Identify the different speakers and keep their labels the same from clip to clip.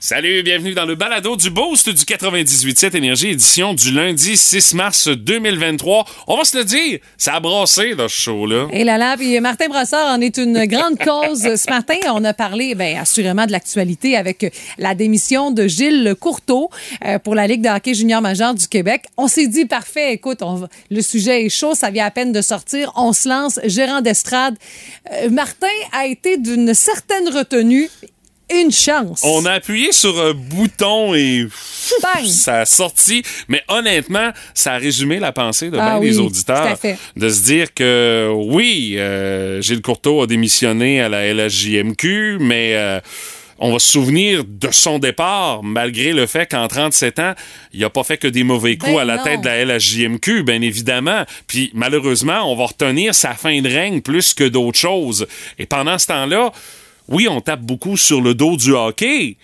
Speaker 1: Salut, bienvenue dans le balado du Boost du 98.7 Énergie, édition du lundi 6 mars 2023. On va se le dire, ça a brassé dans ce show-là.
Speaker 2: Et là là, puis Martin Brassard en est une grande cause. Ce matin, on a parlé, ben, assurément de l'actualité avec la démission de Gilles Courteau euh, pour la Ligue de hockey junior major du Québec. On s'est dit, parfait, écoute, on va- le sujet est chaud, ça vient à peine de sortir. On se lance, gérant d'estrade. Euh, Martin a été d'une certaine retenue. Une chance.
Speaker 1: On a appuyé sur un bouton et
Speaker 2: Bang!
Speaker 1: ça a sorti. Mais honnêtement, ça a résumé la pensée de bien
Speaker 2: Ah oui,
Speaker 1: des
Speaker 2: tout à
Speaker 1: auditeurs.
Speaker 2: fait.
Speaker 1: De se dire que oui, euh, Gilles Courteau a démissionné à la LHJMQ, mais euh, on va se souvenir de son départ, malgré le fait qu'en 37 ans, il n'a pas fait que des mauvais coups
Speaker 2: Ben
Speaker 1: à la
Speaker 2: non.
Speaker 1: tête de la LHJMQ, bien évidemment. Puis malheureusement, on va retenir sa fin de règne plus que d'autres choses. Et pendant ce temps-là, oui, on tape beaucoup sur le dos du hockey,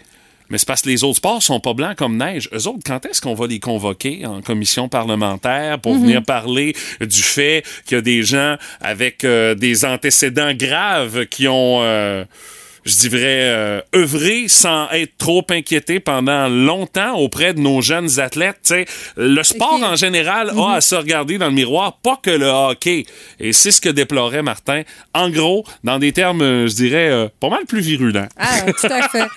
Speaker 1: mais c'est parce que les autres sports sont pas blancs comme neige. Eux autres, quand est-ce qu'on va les convoquer en commission parlementaire pour venir parler du fait qu'il y a des gens avec euh, des antécédents graves qui ont, euh, je dirais, euh, œuvré sans être trop inquiétés pendant longtemps auprès de nos jeunes athlètes? Tu sais, le sport
Speaker 2: qui-
Speaker 1: en général
Speaker 2: Mhm.
Speaker 1: a à se regarder dans le miroir, pas que le hockey. Et c'est ce que déplorait Martin, en gros, dans des termes, euh, je dirais, euh, pas mal plus virulents.
Speaker 2: Ah, tout à fait.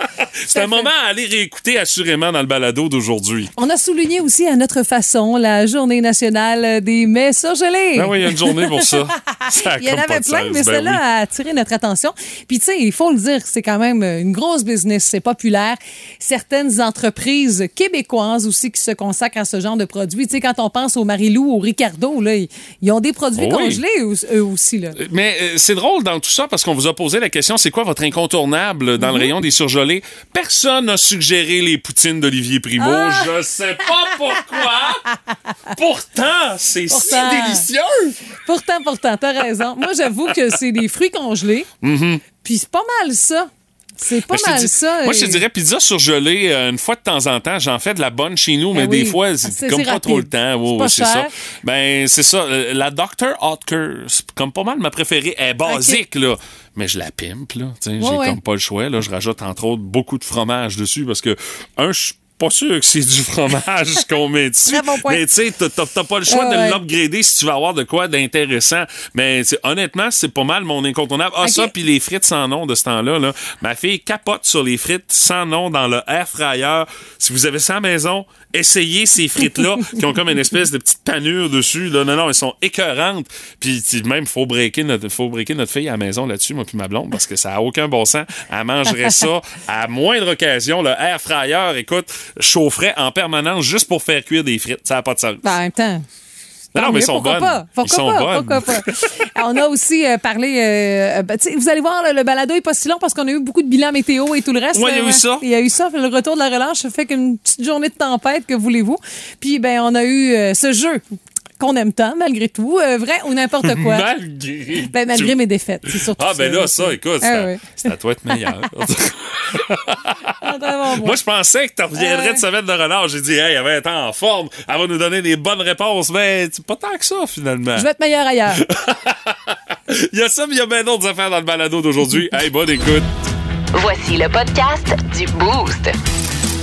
Speaker 1: C'est un moment à aller réécouter assurément dans le balado d'aujourd'hui.
Speaker 2: On a souligné aussi à notre façon la journée nationale des mets surgelés.
Speaker 1: Ah oui, il y a une journée pour ça. Ça a
Speaker 2: Il y en
Speaker 1: comme pas
Speaker 2: avait
Speaker 1: de
Speaker 2: plein,
Speaker 1: sens,
Speaker 2: mais
Speaker 1: ben
Speaker 2: celle-là a attiré notre attention. Puis, tu sais, il faut le dire, c'est quand même une grosse business, c'est populaire. Certaines entreprises québécoises aussi qui se consacrent à ce genre de produits. Tu sais, quand on pense au Marilou, au Ricardo, là, ils, ils ont des produits
Speaker 1: Oh Oui.
Speaker 2: congelés eux- eux aussi, là.
Speaker 1: oui. Mais euh, c'est drôle dans tout ça parce qu'on vous a posé la question c'est quoi votre incontournable
Speaker 2: Mhm.
Speaker 1: dans le rayon des surgelés Personne n'a suggéré les poutines d'Olivier Primo.
Speaker 2: Ah!
Speaker 1: Je sais pas pourquoi. Pourtant, c'est si
Speaker 2: Pourtant.
Speaker 1: délicieux.
Speaker 2: Pourtant, pourtant, t'as raison. Moi, j'avoue que c'est des fruits congelés. Puis c'est pas mal ça. C'est
Speaker 1: Mm-hmm.
Speaker 2: pas
Speaker 1: Ben, je te
Speaker 2: mal
Speaker 1: dis-
Speaker 2: ça.
Speaker 1: Moi, je te
Speaker 2: et-
Speaker 1: dirais pizza surgelée euh, une fois de temps en temps. J'en fais de la bonne chez nous, mais
Speaker 2: oui.
Speaker 1: des fois,
Speaker 2: Ah,
Speaker 1: c'est
Speaker 2: c'est-
Speaker 1: comme
Speaker 2: c'est
Speaker 1: pas trop le
Speaker 2: rapide.
Speaker 1: temps.
Speaker 2: C'est
Speaker 1: Oui,
Speaker 2: pas
Speaker 1: oui, c'est ça.
Speaker 2: cher.
Speaker 1: Ben, c'est ça. Euh, La Dr. Oetker, c'est comme pas mal ma préférée. Elle est basique, là. Mais je la pimpe, là. Tu sais, J'ai
Speaker 2: ouais.
Speaker 1: comme pas le choix. Là. Je rajoute, entre autres, beaucoup de fromage dessus parce que, un, je suis pas sûr que c'est du fromage qu'on met dessus.
Speaker 2: Très bon point.
Speaker 1: Mais tu sais, t'as- t'as t'as pas le choix
Speaker 2: Ah,
Speaker 1: de
Speaker 2: ouais.
Speaker 1: l'upgrader si tu veux avoir de quoi d'intéressant. Mais tu sais, honnêtement, c'est pas mal mon incontournable. Ah,
Speaker 2: Ok.
Speaker 1: ça, puis les frites sans nom de ce temps-là. Là. Ma fille capote sur les frites sans nom dans le air fryer. Si vous avez ça à la maison, essayez ces frites-là qui ont comme une espèce de petite panure dessus. Là. Non, non, elles sont écœurantes. Puis tu- même, faut breaker notre, faut breaker notre fille à la maison là-dessus, moi puis ma blonde, parce que ça a aucun bon sens. Elle mangerait ça à moindre occasion. Le air fryer, écoute, chaufferait en permanence juste pour faire cuire des frites. Ça n'a pas de sens.
Speaker 2: Ben, en même temps,
Speaker 1: non, non,
Speaker 2: Tant
Speaker 1: mais
Speaker 2: mieux,
Speaker 1: ils sont
Speaker 2: pourquoi
Speaker 1: bonnes.
Speaker 2: Pas, pourquoi
Speaker 1: ils sont
Speaker 2: pas,
Speaker 1: bonnes.
Speaker 2: pourquoi pas. On a aussi euh, parlé. euh, ben, tu sais, vous allez voir, le, le balado est pas si long parce qu'on a eu beaucoup de bilans météo et tout le reste.
Speaker 1: Ouais, il y a
Speaker 2: Euh,
Speaker 1: eu ça.
Speaker 2: Il y a eu ça. Le retour de la relâche fait qu'une petite journée de tempête, que voulez-vous. Puis, ben, on a eu euh, ce jeu qu'on aime tant, malgré tout. euh, vrai ou n'importe quoi.
Speaker 1: Malgré.
Speaker 2: Ben, malgré
Speaker 1: Tu-
Speaker 2: mes défaites, c'est surtout
Speaker 1: Ah, ben là, ça, écoute, c'est
Speaker 2: Ah
Speaker 1: à-
Speaker 2: ouais.
Speaker 1: c'est à toi de meilleur.
Speaker 2: Ah, vraiment, moi.
Speaker 1: Moi, je pensais que tu reviendrais
Speaker 2: Ah ouais.
Speaker 1: de semaine de relâche. J'ai dit, hey, elle va être en forme, elle va nous donner des bonnes réponses. Mais c'est pas tant que ça, finalement.
Speaker 2: Je vais être meilleur ailleurs.
Speaker 1: Il y a ça, mais il y a bien d'autres affaires dans le balado d'aujourd'hui. hey, bonne écoute.
Speaker 3: Voici le podcast du Boost.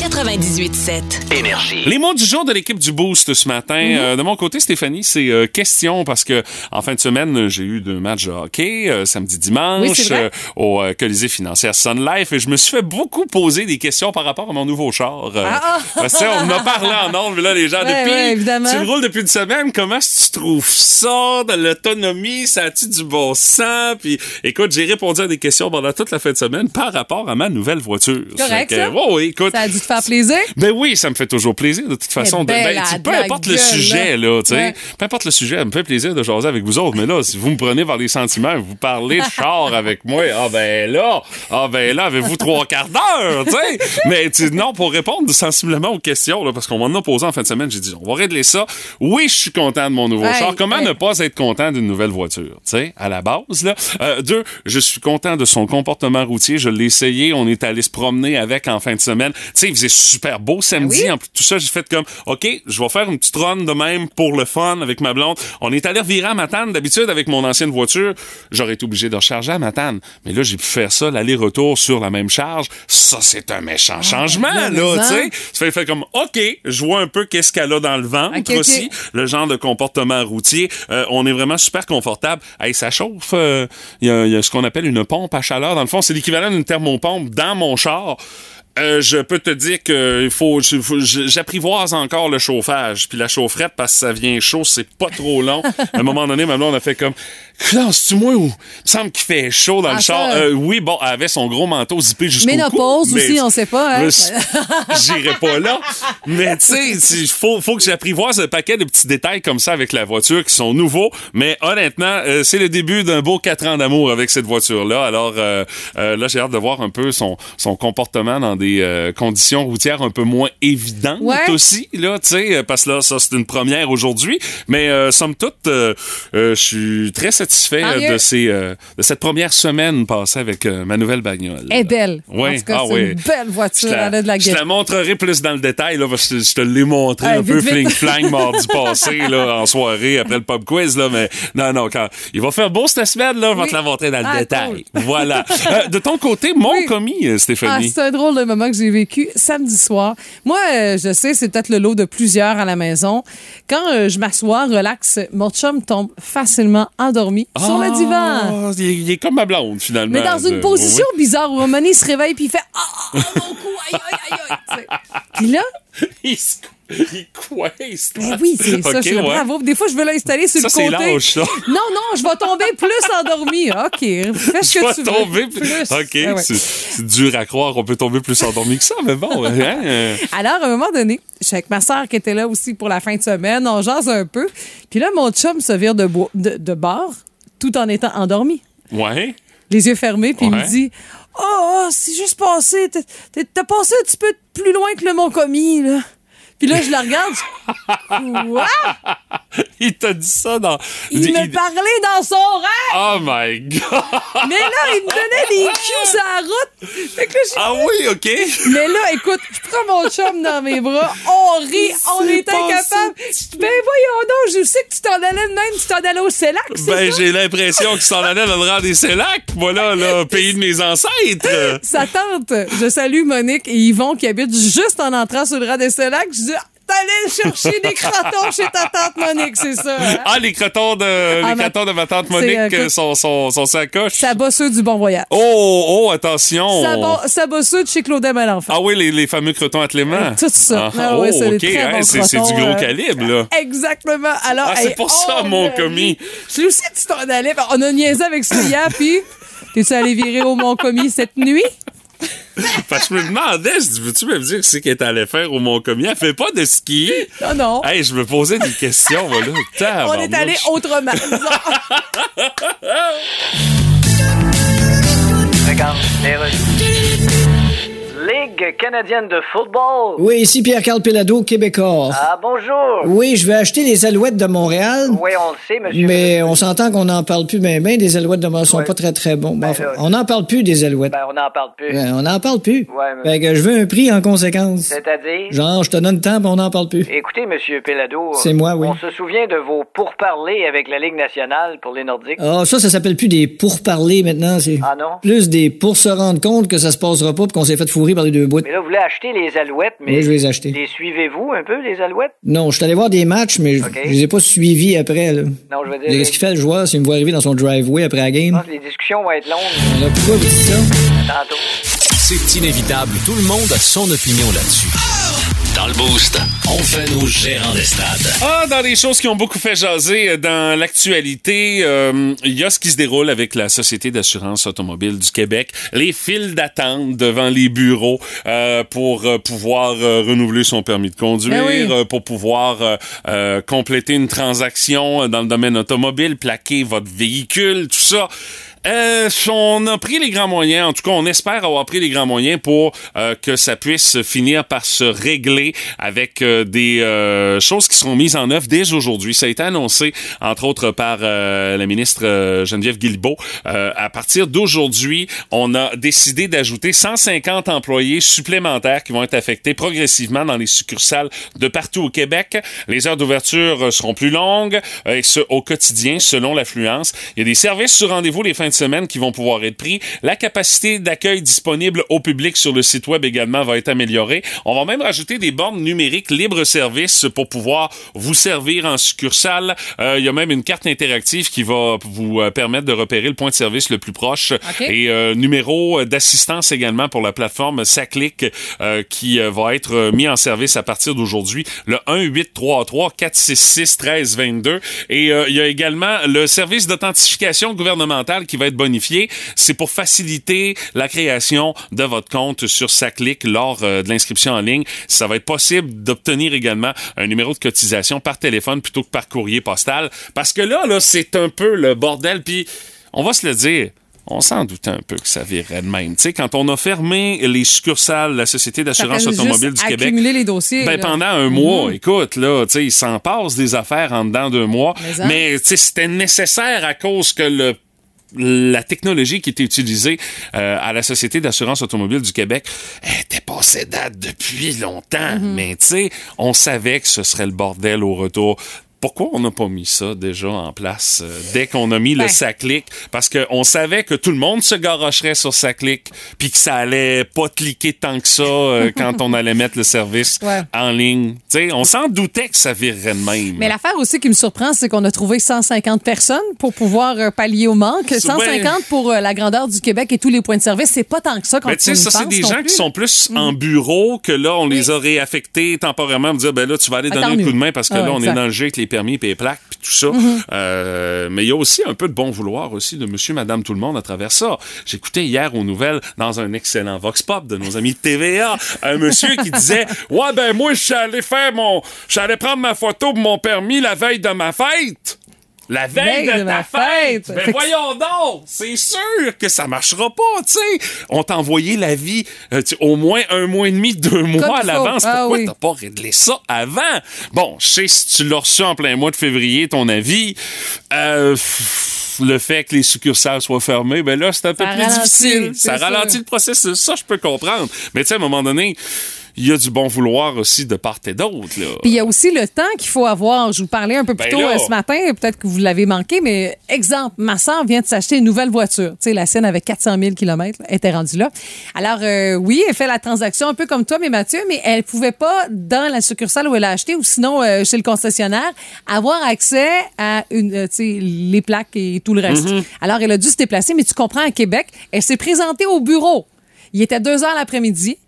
Speaker 3: 98.7.
Speaker 4: Énergie.
Speaker 1: Les mots du jour de l'équipe du Boost ce matin.
Speaker 2: Mhm.
Speaker 1: Euh, de mon côté, Stéphanie, c'est euh, question parce que en fin de semaine, euh, j'ai eu deux matchs de hockey, euh, samedi,
Speaker 2: Oui,
Speaker 1: dimanche,
Speaker 2: c'est vrai.
Speaker 1: au euh, Colisée financière Sun Life. Et je me suis fait beaucoup poser des questions par rapport à mon nouveau char. Euh,
Speaker 2: Ah, ah!
Speaker 1: parce que, on en a parlé en ordre, mais là, les gens,
Speaker 2: Ouais,
Speaker 1: depuis,
Speaker 2: ouais, évidemment.
Speaker 1: tu le roules depuis une semaine, comment est-ce que tu trouves ça, de l'autonomie, ça a-tu du bon sens? Puis, écoute, j'ai répondu à des questions pendant toute la fin de semaine par rapport à ma nouvelle voiture.
Speaker 2: Correct,
Speaker 1: Fait que,
Speaker 2: ça.
Speaker 1: ouais, ouais, écoute,
Speaker 2: Ça a dû te faire plaisir.
Speaker 1: ben oui, ça me fait toujours plaisir de toute façon. de-
Speaker 2: belle
Speaker 1: ben, tu-
Speaker 2: à
Speaker 1: peu
Speaker 2: de la
Speaker 1: importe le
Speaker 2: gueule,
Speaker 1: sujet,
Speaker 2: là.
Speaker 1: là, tu sais.
Speaker 2: Ouais.
Speaker 1: Peu importe le sujet, ça me fait plaisir de jaser avec vous autres. Mais là, si vous me prenez par les sentiments, vous parlez char avec moi, ah ben là, ah ben là, avez-vous trois quarts d'heure, tu sais. Mais tu- non, pour répondre sensiblement aux questions, là, parce qu'on m'en a posé en fin de semaine, j'ai dit, on va régler ça. Oui, je suis content de mon nouveau
Speaker 2: Ouais,
Speaker 1: char. Comment
Speaker 2: ouais.
Speaker 1: ne pas être content d'une nouvelle voiture, tu sais, à la base, là. Euh, deux, je suis content de son comportement routier. Je l'ai essayé. On est allé se promener avec en fin de semaine. Tu sais, il faisait c'est super beau samedi.
Speaker 2: Ah oui.
Speaker 1: En plus, tout ça, j'ai fait comme, OK, je vais faire une petite run de même pour le fun avec ma blonde. On est allé revirer à Matane. D'habitude, avec mon ancienne voiture, j'aurais été obligé de recharger à Matane. Mais là, j'ai pu faire ça, l'aller-retour sur la même charge. Ça, c'est un méchant changement, là,
Speaker 2: ben, mais
Speaker 1: tu
Speaker 2: en.
Speaker 1: sais. Ça fait, fait comme, OK, je vois un peu qu'est-ce qu'elle a dans le ventre
Speaker 2: OK, OK.
Speaker 1: aussi le genre de comportement routier. Euh, on est vraiment super confortable. Hey, ça chauffe. euh, Il y a- il y, a ce qu'on appelle une pompe à chaleur. Dans le fond, c'est l'équivalent d'une thermopompe dans mon char. Euh, je peux te dire que il faut, je- faut- je- j'apprivoise encore le chauffage puis la chaufferette parce que ça vient chaud, c'est pas trop long. à un moment donné, ma blonde a fait comme Classe, tu moi ou Il me semble qu'il fait chaud dans
Speaker 2: Ah,
Speaker 1: le char.
Speaker 2: ça.
Speaker 1: Euh, oui, bon, elle avait son gros manteau zippé jusqu'au cou.
Speaker 2: Ménopause
Speaker 1: mais-
Speaker 2: aussi, on sait pas, hein.
Speaker 1: Mais c'est- J'irai pas là. Mais tu sais, il faut, faut que j'apprivoise un paquet de petits détails comme ça avec la voiture qui sont nouveaux. Mais honnêtement, euh, c'est le début d'un beau quatre ans d'amour avec cette voiture-là. Alors euh, euh, là, j'ai hâte de voir un peu son, son comportement dans des euh, conditions routières un peu moins évidentes
Speaker 2: Ouais.
Speaker 1: aussi. Là, tu sais, euh, parce que là, ça, c'est une première aujourd'hui. Mais euh, somme toute, euh, euh, je suis très satisfait
Speaker 2: Tant
Speaker 1: euh, de,
Speaker 2: mieux.
Speaker 1: ces, euh, de cette première semaine passée avec euh, ma nouvelle bagnole.
Speaker 2: Elle est belle.
Speaker 1: Oui,
Speaker 2: En tout cas,
Speaker 1: ah
Speaker 2: c'est
Speaker 1: oui.
Speaker 2: une belle voiture.
Speaker 1: Je te la-
Speaker 2: elle a de la
Speaker 1: je te la
Speaker 2: gueule.
Speaker 1: montrerai plus dans le détail, là, parce que je te l'ai montré
Speaker 2: Ouais,
Speaker 1: un peu
Speaker 2: vite, vite.
Speaker 1: fling-flang mardi passé, là, en soirée, après le pub quiz, là, mais non, non, quand il va faire beau cette semaine, là, je vais
Speaker 2: Oui.
Speaker 1: te la montrer dans le
Speaker 2: Ah,
Speaker 1: détail. Voilà. Euh, de ton côté, mon
Speaker 2: Oui.
Speaker 1: commis, euh,
Speaker 2: Ah,
Speaker 1: Stéphanie.
Speaker 2: c'est un drôle de moment que j'ai vécu samedi soir. Moi, euh, je sais, c'est peut-être le lot de plusieurs à la maison. Quand euh, je m'assois, relax, mon chum tombe facilement endormi sur le
Speaker 1: Ah,
Speaker 2: divan.
Speaker 1: Il est, il est comme ma blonde, finalement.
Speaker 2: Mais dans
Speaker 1: Euh,
Speaker 2: une position bizarre où un moment donné, il se réveille puis il fait Ah, ah, ah, mon cou, aïe, aïe, aïe, aïe. tu sais. Puis là,
Speaker 1: oui. Il se- il coince.
Speaker 2: ben oui, c'est ça,
Speaker 1: Ok,
Speaker 2: je suis là,
Speaker 1: ouais.
Speaker 2: bravo. Des fois, je veux l'installer sur
Speaker 1: Ça,
Speaker 2: le côté.
Speaker 1: c'est lâche, ça.
Speaker 2: Non, non, je vais tomber plus endormi. OK, fais ce
Speaker 1: Je
Speaker 2: que
Speaker 1: vais
Speaker 2: tu veux.
Speaker 1: tomber plus.
Speaker 2: Plus.
Speaker 1: OK,
Speaker 2: Ah ouais.
Speaker 1: c'est- c'est dur à croire. On peut tomber plus endormi que ça, mais bon. hein, euh,
Speaker 2: Alors, à un moment donné, je suis avec ma sœur qui était là aussi pour la fin de semaine, on jase un peu. Puis là, mon chum se vire de, bois- de, de bord tout en étant endormi,
Speaker 1: ouais.
Speaker 2: les yeux fermés, puis il
Speaker 1: Ouais.
Speaker 2: me dit Oh, oh, c'est juste passé, t'es- t'es- t'as passé un petit peu plus loin que le mont commis, là. Puis là, je la regarde. je- Quoi?
Speaker 1: Il t'a dit ça dans.
Speaker 2: Il
Speaker 1: dit- Ah!
Speaker 2: me
Speaker 1: il-
Speaker 2: parlait dans son rêve!
Speaker 1: Oh my God!
Speaker 2: Mais là, il me donnait des cues sur la route! Fait que là, je suis
Speaker 1: Ah oui, OK!
Speaker 2: Mais là, écoute, je prends mon chum dans mes bras, on rit, on
Speaker 1: C'est
Speaker 2: est incapable. Je dis, Ben voyons donc, je sais que tu t'en allais de même, tu t'en allais au CELAC, c'est
Speaker 1: Ben,
Speaker 2: ça?
Speaker 1: j'ai l'impression qu'il s'en allait dans le rang des Célacs. Voilà, là, pays de mes ancêtres.
Speaker 2: Sa tante, je salue Monique et Yvon qui habitent juste en entrant sur le rang des CELAC. Je dis, Ah, t'allais chercher des crotons chez ta tante Monique, c'est ça. hein?
Speaker 1: Ah, les crotons de,
Speaker 2: Ah,
Speaker 1: les
Speaker 2: ma-
Speaker 1: crotons de ma tante
Speaker 2: C'est, euh,
Speaker 1: Monique, euh,
Speaker 2: écoute-
Speaker 1: son, son, son sacoche.
Speaker 2: Ça bat ceux du bon voyage.
Speaker 1: Oh, oh, attention.
Speaker 2: Ça, bat, ça bat ceux de chez Claudet Malenfant.
Speaker 1: Ah oui, les, les fameux crotons atléments.
Speaker 2: Tout ça.
Speaker 1: Ah,
Speaker 2: Ah
Speaker 1: oh,
Speaker 2: ouais, c'est des
Speaker 1: OK,
Speaker 2: très
Speaker 1: hein,
Speaker 2: bons
Speaker 1: c'est c'est du
Speaker 2: crotons,
Speaker 1: gros
Speaker 2: euh,
Speaker 1: calibre, là.
Speaker 2: Exactement. Alors,
Speaker 1: Ah, c'est
Speaker 2: hey,
Speaker 1: pour ça,
Speaker 2: on
Speaker 1: mon
Speaker 2: a
Speaker 1: commis.
Speaker 2: dit- Je lui aussi tu t'en allais. Ben, On a niaisé avec ce client, puis t'es-tu allé virer au mon commis cette nuit?
Speaker 1: Fait que je me demandais, je dis, veux-tu me dire ce qu'elle allait faire au Mont-Commis? Elle fait pas de ski.
Speaker 2: Non, non.
Speaker 1: Hey, je me posais des questions, voilà.
Speaker 2: on est allé
Speaker 1: Tabarnouche.
Speaker 2: autrement. disons.
Speaker 4: Ligue canadienne de football.
Speaker 5: Oui, ici Pierre-Carl Pelado, Québécois.
Speaker 4: Ah, bonjour.
Speaker 5: Oui, je vais acheter les alouettes de Montréal.
Speaker 4: Oui, ben, on le sait, monsieur.
Speaker 5: Mais on s'entend qu'on n'en parle plus bien, bien. Des alouettes de Montréal sont
Speaker 4: Ouais.
Speaker 5: pas très, très bons.
Speaker 4: Ben
Speaker 5: Bon, enfin,
Speaker 4: là,
Speaker 5: on n'en parle plus des alouettes.
Speaker 4: Ben, on n'en parle plus.
Speaker 5: Ben, on n'en parle plus.
Speaker 4: Ouais, mais-
Speaker 5: Fait que je veux un prix en conséquence.
Speaker 4: C'est-à-dire.
Speaker 5: Genre, je te donne le temps, mais on n'en parle plus.
Speaker 4: Écoutez, monsieur Pelado.
Speaker 5: C'est moi, oui.
Speaker 4: On se souvient de vos pourparlers avec la Ligue nationale pour les Nordiques.
Speaker 5: Ah, ça, ça s'appelle plus des pourparlers maintenant. C'est
Speaker 4: Ah non?
Speaker 5: plus des pour se rendre compte que ça se passera pas pis qu'on s'est fait fourrer par les deux bouts.
Speaker 4: Mais là, vous voulez acheter les alouettes, mais.
Speaker 5: Oui, je vais les acheter.
Speaker 4: Les suivez-vous un peu, les alouettes?
Speaker 5: Non, je suis allé voir des matchs, mais je-
Speaker 4: Ok. Euh,
Speaker 5: je les ai pas suivis après. Là.
Speaker 4: Non, je veux dire.
Speaker 5: Qu'est-ce qu'il fait le joueur s'il me voit arriver dans son driveway après la
Speaker 4: Je
Speaker 5: game?
Speaker 4: pense que les discussions vont être longues
Speaker 5: Alors, pourquoi vous dites ça?
Speaker 4: tantôt.
Speaker 6: C'est inévitable. Tout le monde a son opinion là-dessus. Dans le boost, on fait nos gérants des stades.
Speaker 1: Ah, dans les choses qui ont beaucoup fait jaser euh, dans l'actualité, euh, il y a ce qui se déroule avec la Société d'assurance automobile du Québec, les files d'attente devant les bureaux euh, pour euh, pouvoir euh, renouveler son permis de conduire,
Speaker 2: Ben oui.
Speaker 1: euh, pour pouvoir euh, euh, compléter une transaction dans le domaine automobile, plaquer votre véhicule, tout ça. Euh, on a pris les grands moyens, en tout cas, on espère avoir pris les grands moyens pour euh, que ça puisse finir par se régler avec euh, des euh, choses qui seront mises en œuvre dès aujourd'hui. Ça a été annoncé, entre autres, par euh, la ministre euh, Geneviève Guilbeault. Euh, à partir d'aujourd'hui, on a décidé d'ajouter 150 employés supplémentaires qui vont être affectés progressivement dans les succursales de partout au Québec. Les heures d'ouverture euh, seront plus longues euh, et ce, au quotidien, selon l'affluence. Il y a des services sur rendez-vous les fins de semaine qui vont pouvoir être pris. La capacité d'accueil disponible au public sur le site web également va être améliorée. On va même rajouter des bornes numériques libre-service pour pouvoir vous servir en succursale. Euh, Il y a même une carte interactive qui va vous euh, permettre de repérer le point de service le plus proche
Speaker 2: OK.
Speaker 1: et euh, numéro euh, d'assistance également pour la plateforme Saclic euh, qui euh, va être euh, mis en service à partir d'aujourd'hui, le 1-833-466-1322. Et euh, il y a également le service d'authentification gouvernementale qui va être bonifié. C'est pour faciliter la création de votre compte sur Saclic lors euh, de l'inscription en ligne. Ça va être possible d'obtenir également un numéro de cotisation par téléphone plutôt que par courrier postal. Parce que là, là c'est un peu le bordel. Puis, on va se le dire, on s'en doutait un peu que ça virait de même. Tu sais, quand on a fermé les succursales de la Société d'assurance
Speaker 2: Ça fait juste
Speaker 1: automobile du Québec.
Speaker 2: accumuler les dossiers,
Speaker 1: Ben,
Speaker 2: là. Mhm.
Speaker 1: pendant un mois, écoute, là, tu sais, il s'en passe des affaires en dedans deux mois.
Speaker 2: Mais hein? en-
Speaker 1: Mais, tu sais, c'était nécessaire à cause que le la technologie qui était utilisée euh, à la Société d'assurance automobile du Québec elle était passée date depuis longtemps.
Speaker 2: Mhm.
Speaker 1: Mais tu sais, on savait que ce serait le bordel au retour. Pourquoi on n'a pas mis ça déjà en place euh, dès qu'on a mis le
Speaker 2: Ben.
Speaker 1: Saclic? Parce qu'on savait que tout le monde se garocherait sur Saclic, puis que ça allait pas cliquer tant que ça euh, quand on allait mettre le service
Speaker 2: Ouais.
Speaker 1: en ligne. Tu sais, on s'en doutait que ça virerait de même.
Speaker 2: Mais l'affaire aussi qui me surprend, c'est qu'on a trouvé 150 personnes pour pouvoir euh, pallier au manque.
Speaker 1: C'est-
Speaker 2: 150 pour euh, la grandeur du Québec et tous les points de service, c'est pas tant que ça quand
Speaker 1: Mais Ben, tu sais,
Speaker 2: on y
Speaker 1: ça, c'est
Speaker 2: pense
Speaker 1: des
Speaker 2: non
Speaker 1: gens
Speaker 2: plus. Mm.
Speaker 1: qui sont plus en bureau que là, on les a réaffectés temporairement pour dire, ben là, tu vas aller
Speaker 2: Ah,
Speaker 1: donner
Speaker 2: tant
Speaker 1: un
Speaker 2: mieux.
Speaker 1: coup de main parce que
Speaker 2: Ah,
Speaker 1: là, on
Speaker 2: exact. Mm-hmm.
Speaker 1: est dans le jeu avec les permis et les plaques puis tout ça. Euh, mais il y a aussi un peu de bon vouloir aussi de monsieur, madame, tout le monde à travers ça. J'écoutais hier aux nouvelles, dans un excellent Vox Pop de nos amis de TVA, un monsieur qui disait, ouais, ben moi, je suis allé faire mon, je suis allé prendre ma photo pour mon permis la veille de ma fête. La veille, de, ta fête!
Speaker 2: Fait que-
Speaker 1: Ben voyons donc! C'est sûr que ça marchera pas, tu sais! On t'a envoyé l'avis euh, tu- au moins un mois et demi, deux
Speaker 2: Comme
Speaker 1: mois à
Speaker 2: il faut.
Speaker 1: l'avance.
Speaker 2: Ah
Speaker 1: Pourquoi
Speaker 2: oui.
Speaker 1: t'as pas réglé ça avant? Bon, je sais si tu l'as reçu en plein mois de février, ton avis. Euh, pff, le fait que les succursales soient fermées, ben là, c'est un peu
Speaker 2: Ça
Speaker 1: plus
Speaker 2: ralentit,
Speaker 1: difficile.
Speaker 2: c'est
Speaker 1: Ça
Speaker 2: sûr.
Speaker 1: ralentit le processus. Ça, je peux comprendre. Mais tu sais, à un moment donné, il y a du bon vouloir aussi de part et d'autre, là.
Speaker 2: Puis il y a aussi le temps qu'il faut avoir. Je vous parlais un peu plus
Speaker 1: Ben
Speaker 2: tôt
Speaker 1: là.
Speaker 2: euh, ce matin, peut-être que vous l'avez manqué, mais exemple, ma soeur vient de s'acheter une nouvelle voiture. Tu sais, la scène avec 400 000 km était rendue là. Alors euh, oui, elle fait la transaction un peu comme toi, mais Mathieu, mais elle pouvait pas dans la succursale où elle a acheté ou sinon euh, chez le concessionnaire avoir accès à une, euh, tu sais, les plaques et tout le reste.
Speaker 1: Mm-hmm.
Speaker 2: Alors elle a dû se déplacer, mais tu comprends à Québec, elle s'est présentée au bureau. Il était 2 heures l'après-midi.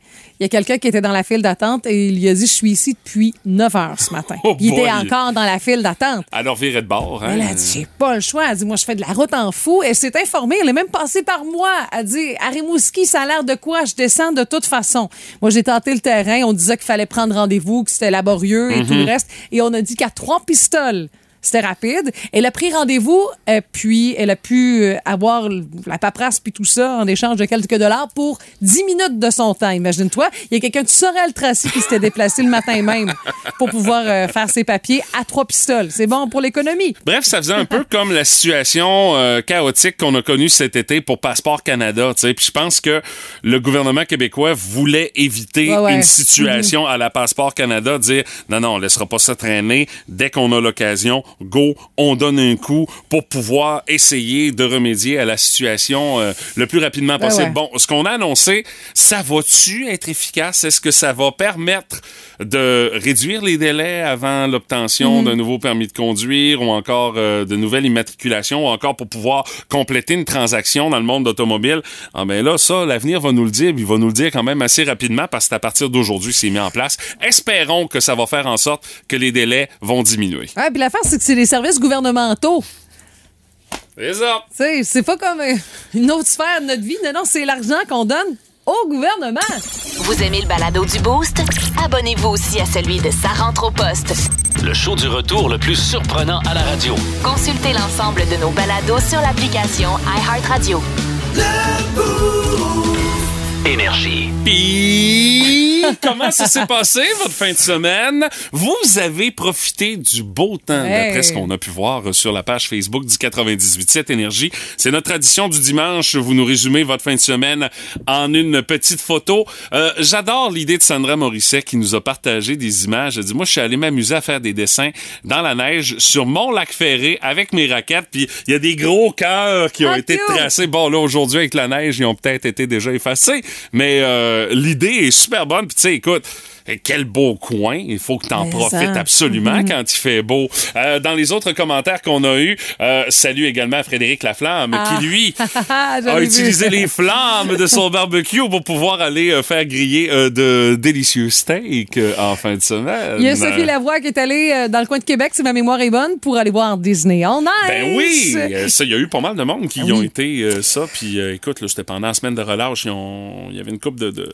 Speaker 2: Il y a quelqu'un qui était dans la file d'attente et il lui a dit Je suis ici depuis 9 heures ce matin.
Speaker 1: Oh
Speaker 2: il était
Speaker 1: boy.
Speaker 2: encore dans la file d'attente.
Speaker 1: Alors, virer de bord, hein?
Speaker 2: Elle a dit J'ai pas le choix. Elle a dit Moi, je fais de la route en fou. Elle s'est informée. Elle est même passée par moi. Elle a dit À Rimouski, ça a l'air de quoi Je descends de toute façon. Moi, j'ai tenté le terrain. On disait qu'il fallait prendre rendez-vous, que c'était laborieux et tout le reste. Et on a dit qu'à trois pistoles. C'était rapide. Elle a pris rendez-vous, et puis elle a pu euh, avoir la paperasse puis tout ça en échange de quelques dollars pour 10 minutes de son temps. Imagine-toi, il y a quelqu'un de Sorel-Tracy qui s'était déplacé le matin même pour pouvoir euh, faire ses papiers à trois pistoles. C'est bon pour l'économie.
Speaker 1: Bref, ça faisait un peu comme la situation euh, chaotique qu'on a connue cet été pour Passeport Canada. tu sais. Puis je pense que le gouvernement québécois voulait éviter
Speaker 2: Ouais, ouais. Mm-hmm.
Speaker 1: une situation à la Passeport Canada, dire non, non, on laissera pas ça traîner. Dès qu'on a l'occasion, go, on donne un coup pour pouvoir essayer de remédier à la situation euh, le plus rapidement
Speaker 2: Ouais,
Speaker 1: possible.
Speaker 2: ouais.
Speaker 1: Bon, ce qu'on a annoncé, ça va-tu être efficace? Est-ce que ça va permettre de réduire les délais avant l'obtention d'un nouveau permis de conduire ou encore euh, de nouvelles immatriculations ou encore pour pouvoir compléter une transaction dans le monde d'automobile? Ah ben là, ça, l'avenir va nous le dire, puis il va nous le dire quand même assez rapidement parce que c'est à partir d'aujourd'hui que c'est mis en place. Espérons que ça va faire en sorte que les délais vont diminuer.
Speaker 2: Ouais, puis l'affaire, c'est que c'est les services gouvernementaux.
Speaker 1: C'est ça!
Speaker 2: Tu sais, c'est pas comme euh, une autre sphère de notre vie. Non, non, c'est l'argent qu'on donne au gouvernement.
Speaker 3: Vous aimez le balado du Boost? Abonnez-vous aussi à celui de Sa rentre au poste.
Speaker 6: le show du retour le plus surprenant à la radio.
Speaker 3: Consultez l'ensemble de nos balados sur l'application iHeartRadio.
Speaker 6: Énergie.
Speaker 1: Puis, comment ça s'est passé votre fin de semaine? Vous avez profité du beau temps,
Speaker 2: Hey.
Speaker 1: d'après ce qu'on a pu voir euh, sur la page Facebook du 98.7 Énergie. C'est notre tradition du dimanche. Vous nous résumez votre fin de semaine en une petite photo. Euh, J'adore l'idée de Sandra Morisset qui nous a partagé des images. Elle dit, moi, je suis allé m'amuser à faire des dessins dans la neige sur mon lac ferré avec mes raquettes. Puis, il y a des gros cœurs qui ont
Speaker 2: Ah,
Speaker 1: été
Speaker 2: cute!
Speaker 1: tracés effacés. Bon, là, aujourd'hui, avec la neige, ils ont peut-être été déjà effacés, mais euh, l'idée est super bonne. Puis, tu sais, écoute, quel beau coin. Il faut que tu en
Speaker 2: Mais
Speaker 1: profites
Speaker 2: ça. Mm-hmm.
Speaker 1: absolument quand il fait beau. Euh, dans les autres commentaires qu'on a eus, euh, salut également à Frédéric Laflamme,
Speaker 2: Ah.
Speaker 1: qui, lui,
Speaker 2: Je
Speaker 1: a
Speaker 2: l'ai vu.
Speaker 1: utilisé les flammes de son barbecue pour pouvoir aller euh, faire griller euh, de délicieux steaks euh, en fin de semaine.
Speaker 2: Il y a Sophie Lavoie qui est allée euh, dans le coin de Québec, si ma mémoire est bonne, pour aller voir Disney en Ice.
Speaker 1: Ben oui, euh, ça, il y a eu pas mal de monde qui
Speaker 2: Ah
Speaker 1: y ont
Speaker 2: oui.
Speaker 1: été euh, ça. Puis euh, écoute, là, c'était pendant la semaine de relâche, ils ont- il y avait une coupe de, de-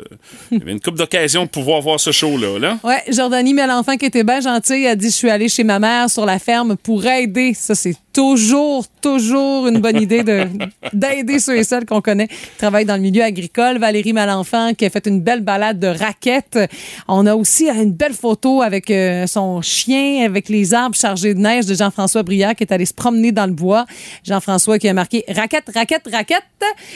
Speaker 1: il y avait une coupe d'occasion de pouvoir voir ce show là. là.
Speaker 2: Ouais, Jordanie Melenfant, qui était bien gentille, a dit Je suis allée chez ma mère sur la ferme pour aider. Ça, c'est toujours, toujours une bonne idée de- d'aider ceux et celles qu'on connaît qui travaillent dans le milieu agricole. Valérie Malenfant, qui a fait une belle balade de raquettes. On a aussi euh, une belle photo avec euh, son chien, avec les arbres chargés de neige de Jean-François Brière, qui est allé se promener dans le bois. Jean-François qui a marqué raquette, raquette, raquette.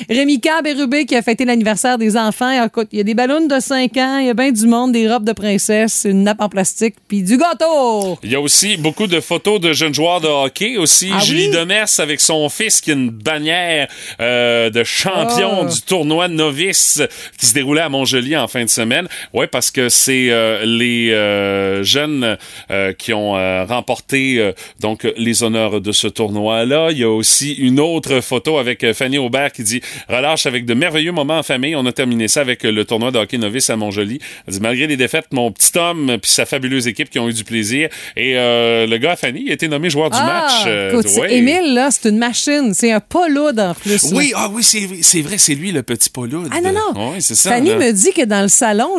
Speaker 2: Rémi Cab et Rubé qui a fêté l'anniversaire des enfants. Écoute, il y a des ballons de 5 ans, il y a bien du monde, des robes de princesse, une nappe en plastique, puis du gâteau.
Speaker 1: Il y a aussi beaucoup de photos de jeunes joueurs de hockey aussi.
Speaker 2: Ah
Speaker 1: Julie
Speaker 2: oui?
Speaker 1: Demers avec son fils qui a une bannière euh, de champion
Speaker 2: Ah.
Speaker 1: du tournoi novice qui se déroulait à Montjoli en fin de semaine. Ouais, parce que c'est euh, les euh, jeunes euh, qui ont euh, remporté euh, donc les honneurs de ce tournoi-là. Il y a aussi une autre photo avec euh, Fanny Aubert qui dit relâche avec de merveilleux moments en famille. On a terminé ça avec euh, le tournoi de hockey novice à Montjoli. Elle dit, malgré les défaites, mon petit homme puis sa fabuleuse équipe qui ont eu du plaisir. Et euh, le gars Fanny il a été nommé joueur du match. euh,
Speaker 2: écoute, c'est
Speaker 1: ouais.
Speaker 2: Ah, Émile, là, c'est une machine. C'est un pas lourd en plus. là.
Speaker 1: Oui, ah oui, c'est c'est vrai, c'est lui le petit Pauloud.
Speaker 2: Ah non, non.
Speaker 1: Oui, c'est ça.
Speaker 2: Fanny
Speaker 1: là.
Speaker 2: me dit que dans le salon,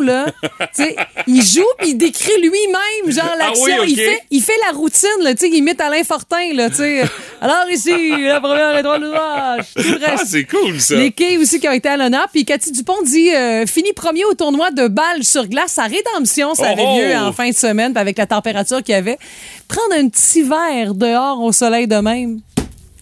Speaker 2: là, tu sais, il joue puis il décrit lui-même, genre l'action.
Speaker 1: Ah oui, ok.
Speaker 2: il, fait, il fait la routine, là, tu sais, il imite Alain Fortin, là, tu sais. Alors ici, la première étoile de match, tout le
Speaker 1: Ah,
Speaker 2: reste.
Speaker 1: c'est cool, ça.
Speaker 2: Les quais aussi qui ont été à l'honneur. Puis Cathy Dupont dit euh, fini premier au tournoi de balle sur glace à Rédemption. Ça
Speaker 1: Oh,
Speaker 2: avait
Speaker 1: oh.
Speaker 2: lieu en fin de semaine, puis avec la température qu'il y avait. Prendre un petit verre dehors au soleil de même,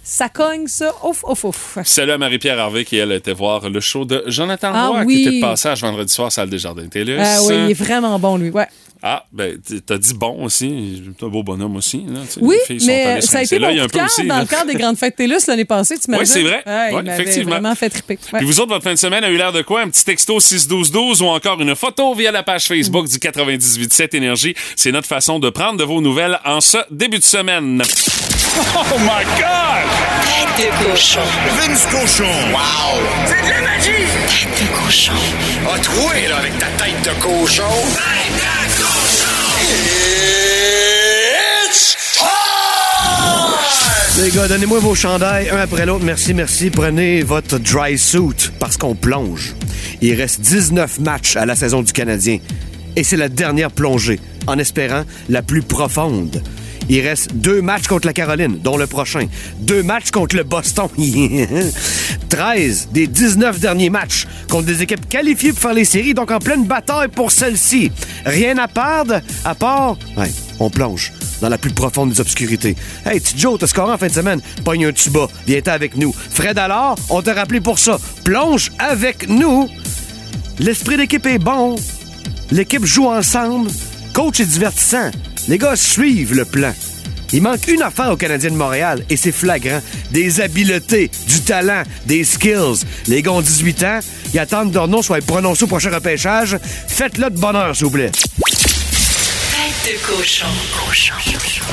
Speaker 2: ça cogne, ça. Ouf, ouf, ouf.
Speaker 1: Salut à Marie-Pierre Harvey qui, elle, était voir le show de Jonathan
Speaker 2: Ah
Speaker 1: Roy
Speaker 2: oui.
Speaker 1: qui était de passage vendredi soir, salle des Jardins Télus.
Speaker 2: Ah oui, il est vraiment bon, lui. Ouais.
Speaker 1: Ah, ben, t- t'as dit bon aussi. T'es un beau bonhomme aussi. Là, tu sais,
Speaker 2: Oui,
Speaker 1: les filles sont
Speaker 2: mais
Speaker 1: allées
Speaker 2: euh, ça a
Speaker 1: se rincer.
Speaker 2: été
Speaker 1: Là,
Speaker 2: mon
Speaker 1: il y a un
Speaker 2: coup de
Speaker 1: peu
Speaker 2: cœur
Speaker 1: aussi,
Speaker 2: dans
Speaker 1: là.
Speaker 2: le cadre des grandes fêtes TELUS l'année passée, tu m'as
Speaker 1: Oui, c'est vrai.
Speaker 2: Ouais,
Speaker 1: Ouais,
Speaker 2: il m'avait
Speaker 1: effectivement.
Speaker 2: vraiment fait triper. Ouais.
Speaker 1: Puis vous autres, votre fin de semaine a eu l'air de quoi? Un petit texto 61212 ou encore une photo via la page Facebook du 987 Énergie. C'est notre façon de prendre de vos nouvelles en ce début de semaine. Oh my God!
Speaker 7: Tête de cochon.
Speaker 8: Vince Cochon. Wow!
Speaker 7: C'est de la magie! Tête de cochon.
Speaker 8: A troué, là, avec ta tête de cochon. Tête de cochon! It's time!
Speaker 9: Les gars, donnez-moi vos chandails, un après l'autre. Merci, merci. Prenez votre dry suit parce qu'on plonge. Il reste 19 matchs à la saison du Canadien. Et c'est la dernière plongée, en espérant la plus profonde. Il reste deux matchs contre la Caroline, dont le prochain. Deux matchs contre le Boston. 13 des 19 derniers matchs contre des équipes qualifiées pour faire les séries, donc en pleine bataille pour celle-ci. Rien à perdre, à part... Ouais, on plonge dans la plus profonde des obscurités. Hey, petit Joe, t'as scoré en fin de semaine. Pogne un tuba. Viens t'en avec nous. Fred alors, on t'a rappelé pour ça. Plonge avec nous. L'esprit d'équipe est bon. L'équipe joue ensemble. Coach est divertissant. Les gars suivent le plan. Il manque une affaire aux Canadiens de Montréal et c'est flagrant. Des habiletés, du talent, des skills. Les gars ont 18 ans. Ils attendent que leur nom soit prononcé au prochain repêchage. Faites-le de bonheur, s'il vous plaît.
Speaker 7: Tête de cochon. Cochon.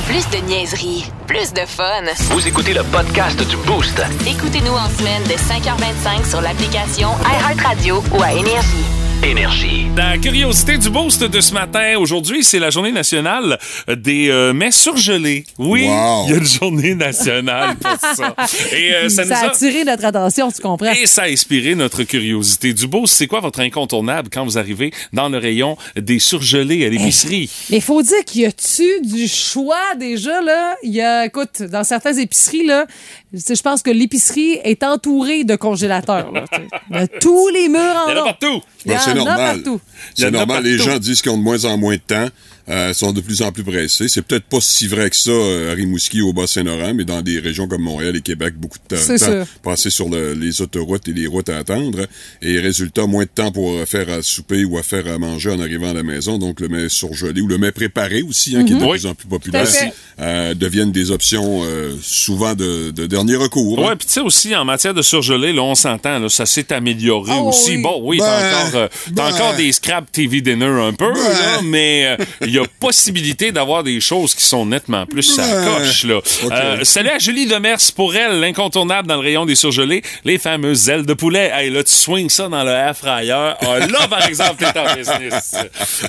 Speaker 3: Plus de niaiserie, plus de fun.
Speaker 6: Vous écoutez le podcast du Boost.
Speaker 3: Écoutez-nous en semaine de 5h25 sur l'application iHeartRadio ou à Énergie.
Speaker 6: Énergie.
Speaker 1: La curiosité du boost de ce matin, aujourd'hui, c'est la journée nationale des euh, mets surgelés. Oui, il
Speaker 10: Wow.
Speaker 1: y a une journée nationale pour ça. Et euh, ça nous
Speaker 2: ça a
Speaker 1: a...
Speaker 2: attiré notre attention, tu comprends?
Speaker 1: Et ça a inspiré notre curiosité. Du boost, c'est quoi votre incontournable quand vous arrivez dans le rayon des surgelés à l'épicerie?
Speaker 2: Mais faut dire qu'il y a-tu du choix déjà, là? Il y a, écoute, dans certaines épiceries, là, je sais, je pense que l'épicerie est entourée de congélateurs, là, tu sais. De tous les murs en
Speaker 1: Il y en a
Speaker 2: or.
Speaker 1: partout!
Speaker 2: Il
Speaker 10: Ben,
Speaker 2: y en
Speaker 10: c'est
Speaker 2: a
Speaker 10: normal.
Speaker 2: partout.
Speaker 1: Il
Speaker 10: C'est
Speaker 1: y en a
Speaker 10: normal. Les
Speaker 1: partout.
Speaker 10: gens disent qu'ils ont de moins en moins de temps, euh, sont de plus en plus pressés. C'est peut-être pas si vrai que ça euh, à Rimouski au Bas-Saint-Laurent, mais dans des régions comme Montréal et Québec, beaucoup de temps,
Speaker 2: C'est
Speaker 10: temps
Speaker 2: sûr.
Speaker 10: passé sur le- les autoroutes et les routes à attendre. Et résultat, moins de temps pour euh, faire à souper ou à faire à manger en arrivant à la maison. Donc le mets surgelé ou le mets préparé aussi, hein, qui est de
Speaker 1: Mhm. Oui.
Speaker 10: plus en plus
Speaker 2: à
Speaker 10: populaire,
Speaker 2: fait.
Speaker 10: euh, deviennent des options euh, souvent de, de dernier recours. hein.
Speaker 1: Ouais, puis tu sais aussi, en matière de surgelé, là, on s'entend, là, ça s'est amélioré
Speaker 2: Oh
Speaker 1: aussi.
Speaker 2: oui.
Speaker 1: Bon, oui,
Speaker 10: Ah Ben,
Speaker 1: t'as encore, euh, t'as
Speaker 10: ben.
Speaker 1: encore des scrap TV dinner un peu,
Speaker 10: Ben.
Speaker 1: là, mais euh, il y a possibilité d'avoir des choses qui sont nettement plus sacoches, là.
Speaker 10: Ben. Ok.
Speaker 1: Euh, salut à Julie Demers pour elle, l'incontournable dans le rayon des surgelés, les fameuses ailes de poulet. Hey, là, tu swings ça dans le air fryer. Ah, là, par exemple, t'es en business.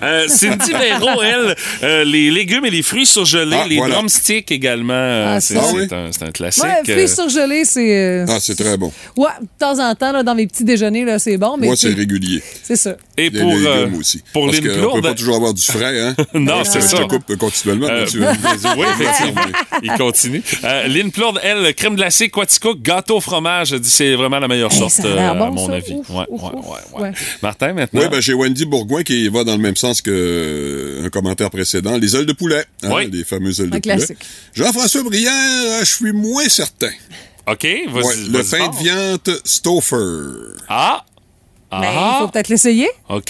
Speaker 1: Euh, Cindy Véro, elle, euh, les légumes et les fruits surgelés,
Speaker 10: Ah,
Speaker 1: les
Speaker 10: voilà.
Speaker 1: drumsticks également. euh,
Speaker 2: Ah,
Speaker 1: c'est
Speaker 2: ça.
Speaker 10: Ah oui.
Speaker 1: c'est un, c'est un classique.
Speaker 2: Ouais,
Speaker 1: euh.
Speaker 2: fruits surgelés, c'est. euh,
Speaker 10: Ah, c'est très bon.
Speaker 2: Ouais, de temps en temps, là, dans mes petits déjeuners, là, c'est bon, mais.
Speaker 10: Moi, c'est
Speaker 2: tu-
Speaker 10: régulier.
Speaker 2: C'est ça.
Speaker 1: Et
Speaker 10: Les
Speaker 1: pour,
Speaker 10: légumes
Speaker 1: euh,
Speaker 10: aussi.
Speaker 1: pour
Speaker 10: Parce
Speaker 1: les
Speaker 10: qu'on peut pas
Speaker 1: lourdes.
Speaker 10: toujours avoir du frais, hein?
Speaker 1: Non,
Speaker 10: Parce
Speaker 1: c'est
Speaker 10: que
Speaker 1: ça.
Speaker 10: Je te coupe continuellement,
Speaker 1: Euh,
Speaker 10: mais tu veux me
Speaker 1: oui, effectivement. Il continue. Euh, Lynn Plourde, elle, crème glacée, quatico, gâteau au fromage, elle dit c'est vraiment la meilleure
Speaker 2: Hey,
Speaker 1: sorte,
Speaker 2: Eh, ça a l'air
Speaker 1: euh,
Speaker 2: bon,
Speaker 1: à mon
Speaker 2: ça.
Speaker 1: avis.
Speaker 2: Ouf,
Speaker 1: Ouais,
Speaker 2: ouf,
Speaker 1: ouais,
Speaker 2: ouf.
Speaker 1: ouais, ouais.
Speaker 2: Ouais.
Speaker 1: Martin, maintenant.
Speaker 10: Oui, ben, j'ai Wendy Bourgoin qui va dans le même sens que euh, un commentaire précédent. Les ailes de poulet. hein,
Speaker 1: Oui.
Speaker 10: Les fameuses ailes
Speaker 2: Un
Speaker 10: de poulet.
Speaker 2: classique.
Speaker 10: Jean-François Briand, euh, je suis moins certain.
Speaker 1: OK, vas-y.
Speaker 10: Ouais, le
Speaker 1: vas-y
Speaker 10: pain
Speaker 1: fort.
Speaker 10: de viande Stouffer.
Speaker 1: Ah!
Speaker 2: Mais
Speaker 1: Ah!
Speaker 2: Ben, il faut peut-être l'essayer.
Speaker 1: OK.